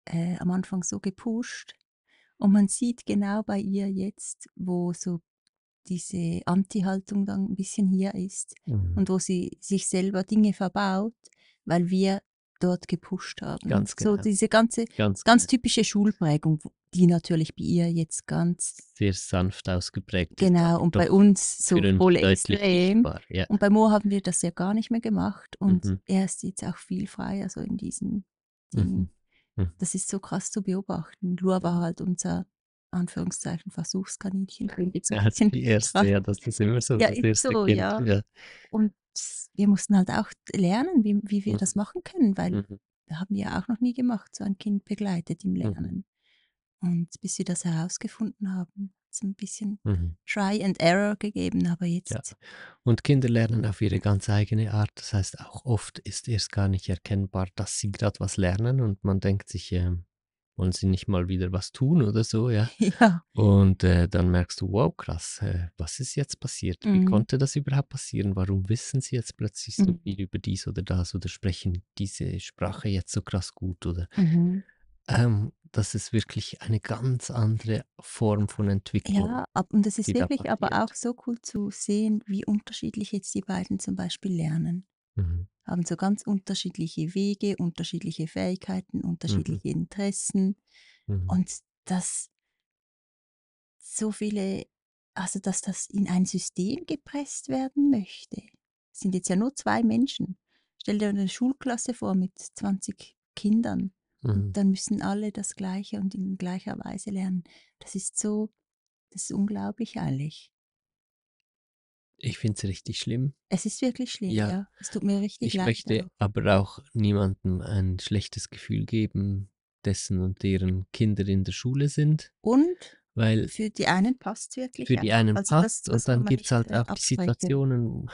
[SPEAKER 1] äh, am Anfang so gepusht. Und man sieht genau bei ihr jetzt, wo so diese Anti-Haltung dann ein bisschen hier ist und wo sie sich selber Dinge verbaut, weil wir dort gepusht haben.
[SPEAKER 2] Ganz
[SPEAKER 1] So
[SPEAKER 2] genau.
[SPEAKER 1] diese ganze,
[SPEAKER 2] ganz,
[SPEAKER 1] ganz typische Schulprägung, wo- die natürlich bei ihr jetzt ganz
[SPEAKER 2] sehr sanft ausgeprägt. ist,
[SPEAKER 1] genau
[SPEAKER 2] aber
[SPEAKER 1] und bei
[SPEAKER 2] doch
[SPEAKER 1] uns so
[SPEAKER 2] für uns
[SPEAKER 1] voll
[SPEAKER 2] deutlich
[SPEAKER 1] extrem.
[SPEAKER 2] sichtbar. Ja.
[SPEAKER 1] Und bei Mo haben wir das ja gar nicht mehr gemacht und
[SPEAKER 2] Mhm.
[SPEAKER 1] er ist jetzt auch viel freier so in diesem Ding.
[SPEAKER 2] Mhm. Mhm.
[SPEAKER 1] Das ist so krass zu beobachten. Lua war halt unser Anführungszeichen
[SPEAKER 2] *laughs*
[SPEAKER 1] Versuchskaninchen. klingt jetzt ein
[SPEAKER 2] Als
[SPEAKER 1] bisschen
[SPEAKER 2] die erste,
[SPEAKER 1] krass.
[SPEAKER 2] ja, das ist immer so
[SPEAKER 1] Ja,
[SPEAKER 2] das
[SPEAKER 1] ist
[SPEAKER 2] erste
[SPEAKER 1] so,
[SPEAKER 2] Kind.
[SPEAKER 1] ja.
[SPEAKER 2] Ja.
[SPEAKER 1] Und s- wir mussten halt auch lernen, wie, wie wir
[SPEAKER 2] Mhm.
[SPEAKER 1] das machen können, weil
[SPEAKER 2] Mhm.
[SPEAKER 1] wir haben ja auch noch nie gemacht, so ein Kind begleitet im Lernen. Und bis wir das herausgefunden haben, hat es ein bisschen
[SPEAKER 2] Mhm.
[SPEAKER 1] Try and Error gegeben, aber jetzt, *laughs*
[SPEAKER 2] Ja. Und Kinder lernen auf ihre ganz eigene Art. Das heißt, auch oft ist erst gar nicht erkennbar, dass sie gerade was lernen und man denkt sich, ähm, wollen sie nicht mal wieder was tun oder so, ja.
[SPEAKER 1] ja,
[SPEAKER 2] Und äh, dann merkst du, wow, krass, äh, was ist jetzt passiert? Wie
[SPEAKER 1] Mhm.
[SPEAKER 2] konnte das überhaupt passieren? Warum wissen sie jetzt plötzlich so
[SPEAKER 1] Mhm.
[SPEAKER 2] viel über dies oder das oder sprechen diese Sprache jetzt so krass gut? Oder
[SPEAKER 1] mhm.
[SPEAKER 2] ähm, das ist wirklich eine ganz andere Form von Entwicklung.
[SPEAKER 1] ja, ab, und es ist
[SPEAKER 2] die da
[SPEAKER 1] wirklich aber
[SPEAKER 2] passiert.
[SPEAKER 1] auch so cool zu sehen, wie unterschiedlich jetzt die beiden zum Beispiel lernen.
[SPEAKER 2] Mhm.
[SPEAKER 1] haben so ganz unterschiedliche Wege, unterschiedliche Fähigkeiten, unterschiedliche Interessen
[SPEAKER 2] Mhm.
[SPEAKER 1] und dass so viele, also dass das in ein System gepresst werden möchte. Es sind jetzt ja nur zwei Menschen. Stell dir eine Schulklasse vor mit 20 Kindern
[SPEAKER 2] Mhm.
[SPEAKER 1] und dann müssen alle das Gleiche und in gleicher Weise lernen. Das ist so, das ist unglaublich eigentlich.
[SPEAKER 2] Ich finde es richtig schlimm.
[SPEAKER 1] Es ist wirklich schlimm,
[SPEAKER 2] Ja.
[SPEAKER 1] ja. Es tut mir richtig
[SPEAKER 2] Ich
[SPEAKER 1] leid.
[SPEAKER 2] möchte
[SPEAKER 1] auch.
[SPEAKER 2] aber auch niemandem ein schlechtes Gefühl geben, dessen und deren Kinder in der Schule sind,
[SPEAKER 1] Und
[SPEAKER 2] weil
[SPEAKER 1] für die einen passt es wirklich.
[SPEAKER 2] Äh, für
[SPEAKER 1] ja.
[SPEAKER 2] die einen
[SPEAKER 1] Also das-
[SPEAKER 2] passt
[SPEAKER 1] das
[SPEAKER 2] und
[SPEAKER 1] kann
[SPEAKER 2] dann
[SPEAKER 1] man
[SPEAKER 2] gibt es
[SPEAKER 1] nicht,
[SPEAKER 2] halt
[SPEAKER 1] äh,
[SPEAKER 2] auch die
[SPEAKER 1] absprechen.
[SPEAKER 2] Situationen,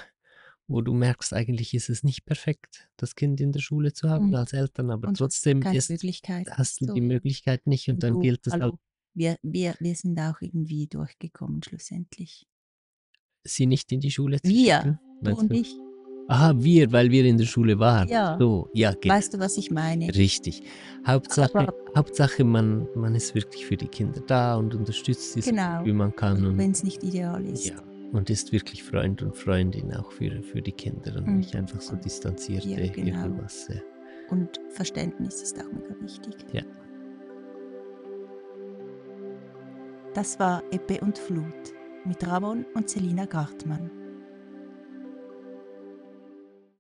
[SPEAKER 2] wo du merkst, eigentlich ist es nicht perfekt, das Kind in der Schule zu haben
[SPEAKER 1] Mhm.
[SPEAKER 2] als Eltern, aber
[SPEAKER 1] Und du hast
[SPEAKER 2] trotzdem
[SPEAKER 1] keine
[SPEAKER 2] ist,
[SPEAKER 1] Möglichkeit.
[SPEAKER 2] hast du
[SPEAKER 1] So,
[SPEAKER 2] die
[SPEAKER 1] ja.
[SPEAKER 2] Möglichkeit nicht und
[SPEAKER 1] Und
[SPEAKER 2] dann
[SPEAKER 1] du,
[SPEAKER 2] gilt es halt,
[SPEAKER 1] hallo, wir, wir, wir sind auch irgendwie durchgekommen schlussendlich.
[SPEAKER 2] sie nicht in die Schule zu
[SPEAKER 1] Wir,
[SPEAKER 2] schicken.
[SPEAKER 1] du
[SPEAKER 2] Meinst
[SPEAKER 1] und
[SPEAKER 2] du?
[SPEAKER 1] ich.
[SPEAKER 2] Aha, wir, weil wir in der Schule waren.
[SPEAKER 1] Ja.
[SPEAKER 2] So, ja, genau.
[SPEAKER 1] Weißt du, was ich meine?
[SPEAKER 2] Richtig. Hauptsache,
[SPEAKER 1] Aber-
[SPEAKER 2] Hauptsache man, man ist wirklich für die Kinder da und unterstützt sie
[SPEAKER 1] Genau.
[SPEAKER 2] so, wie man kann und,
[SPEAKER 1] Wenn es nicht ideal ist.
[SPEAKER 2] ja, und ist wirklich Freund und Freundin auch für, für die Kinder und
[SPEAKER 1] Mhm.
[SPEAKER 2] nicht einfach so distanziert
[SPEAKER 1] Ja,
[SPEAKER 2] äh,
[SPEAKER 1] genau.
[SPEAKER 2] irgendwas. Äh.
[SPEAKER 1] Und Verständnis ist auch mega wichtig.
[SPEAKER 2] Ja.
[SPEAKER 1] Das war Ebbe und Flut mit Ramon und Selina Gartmann.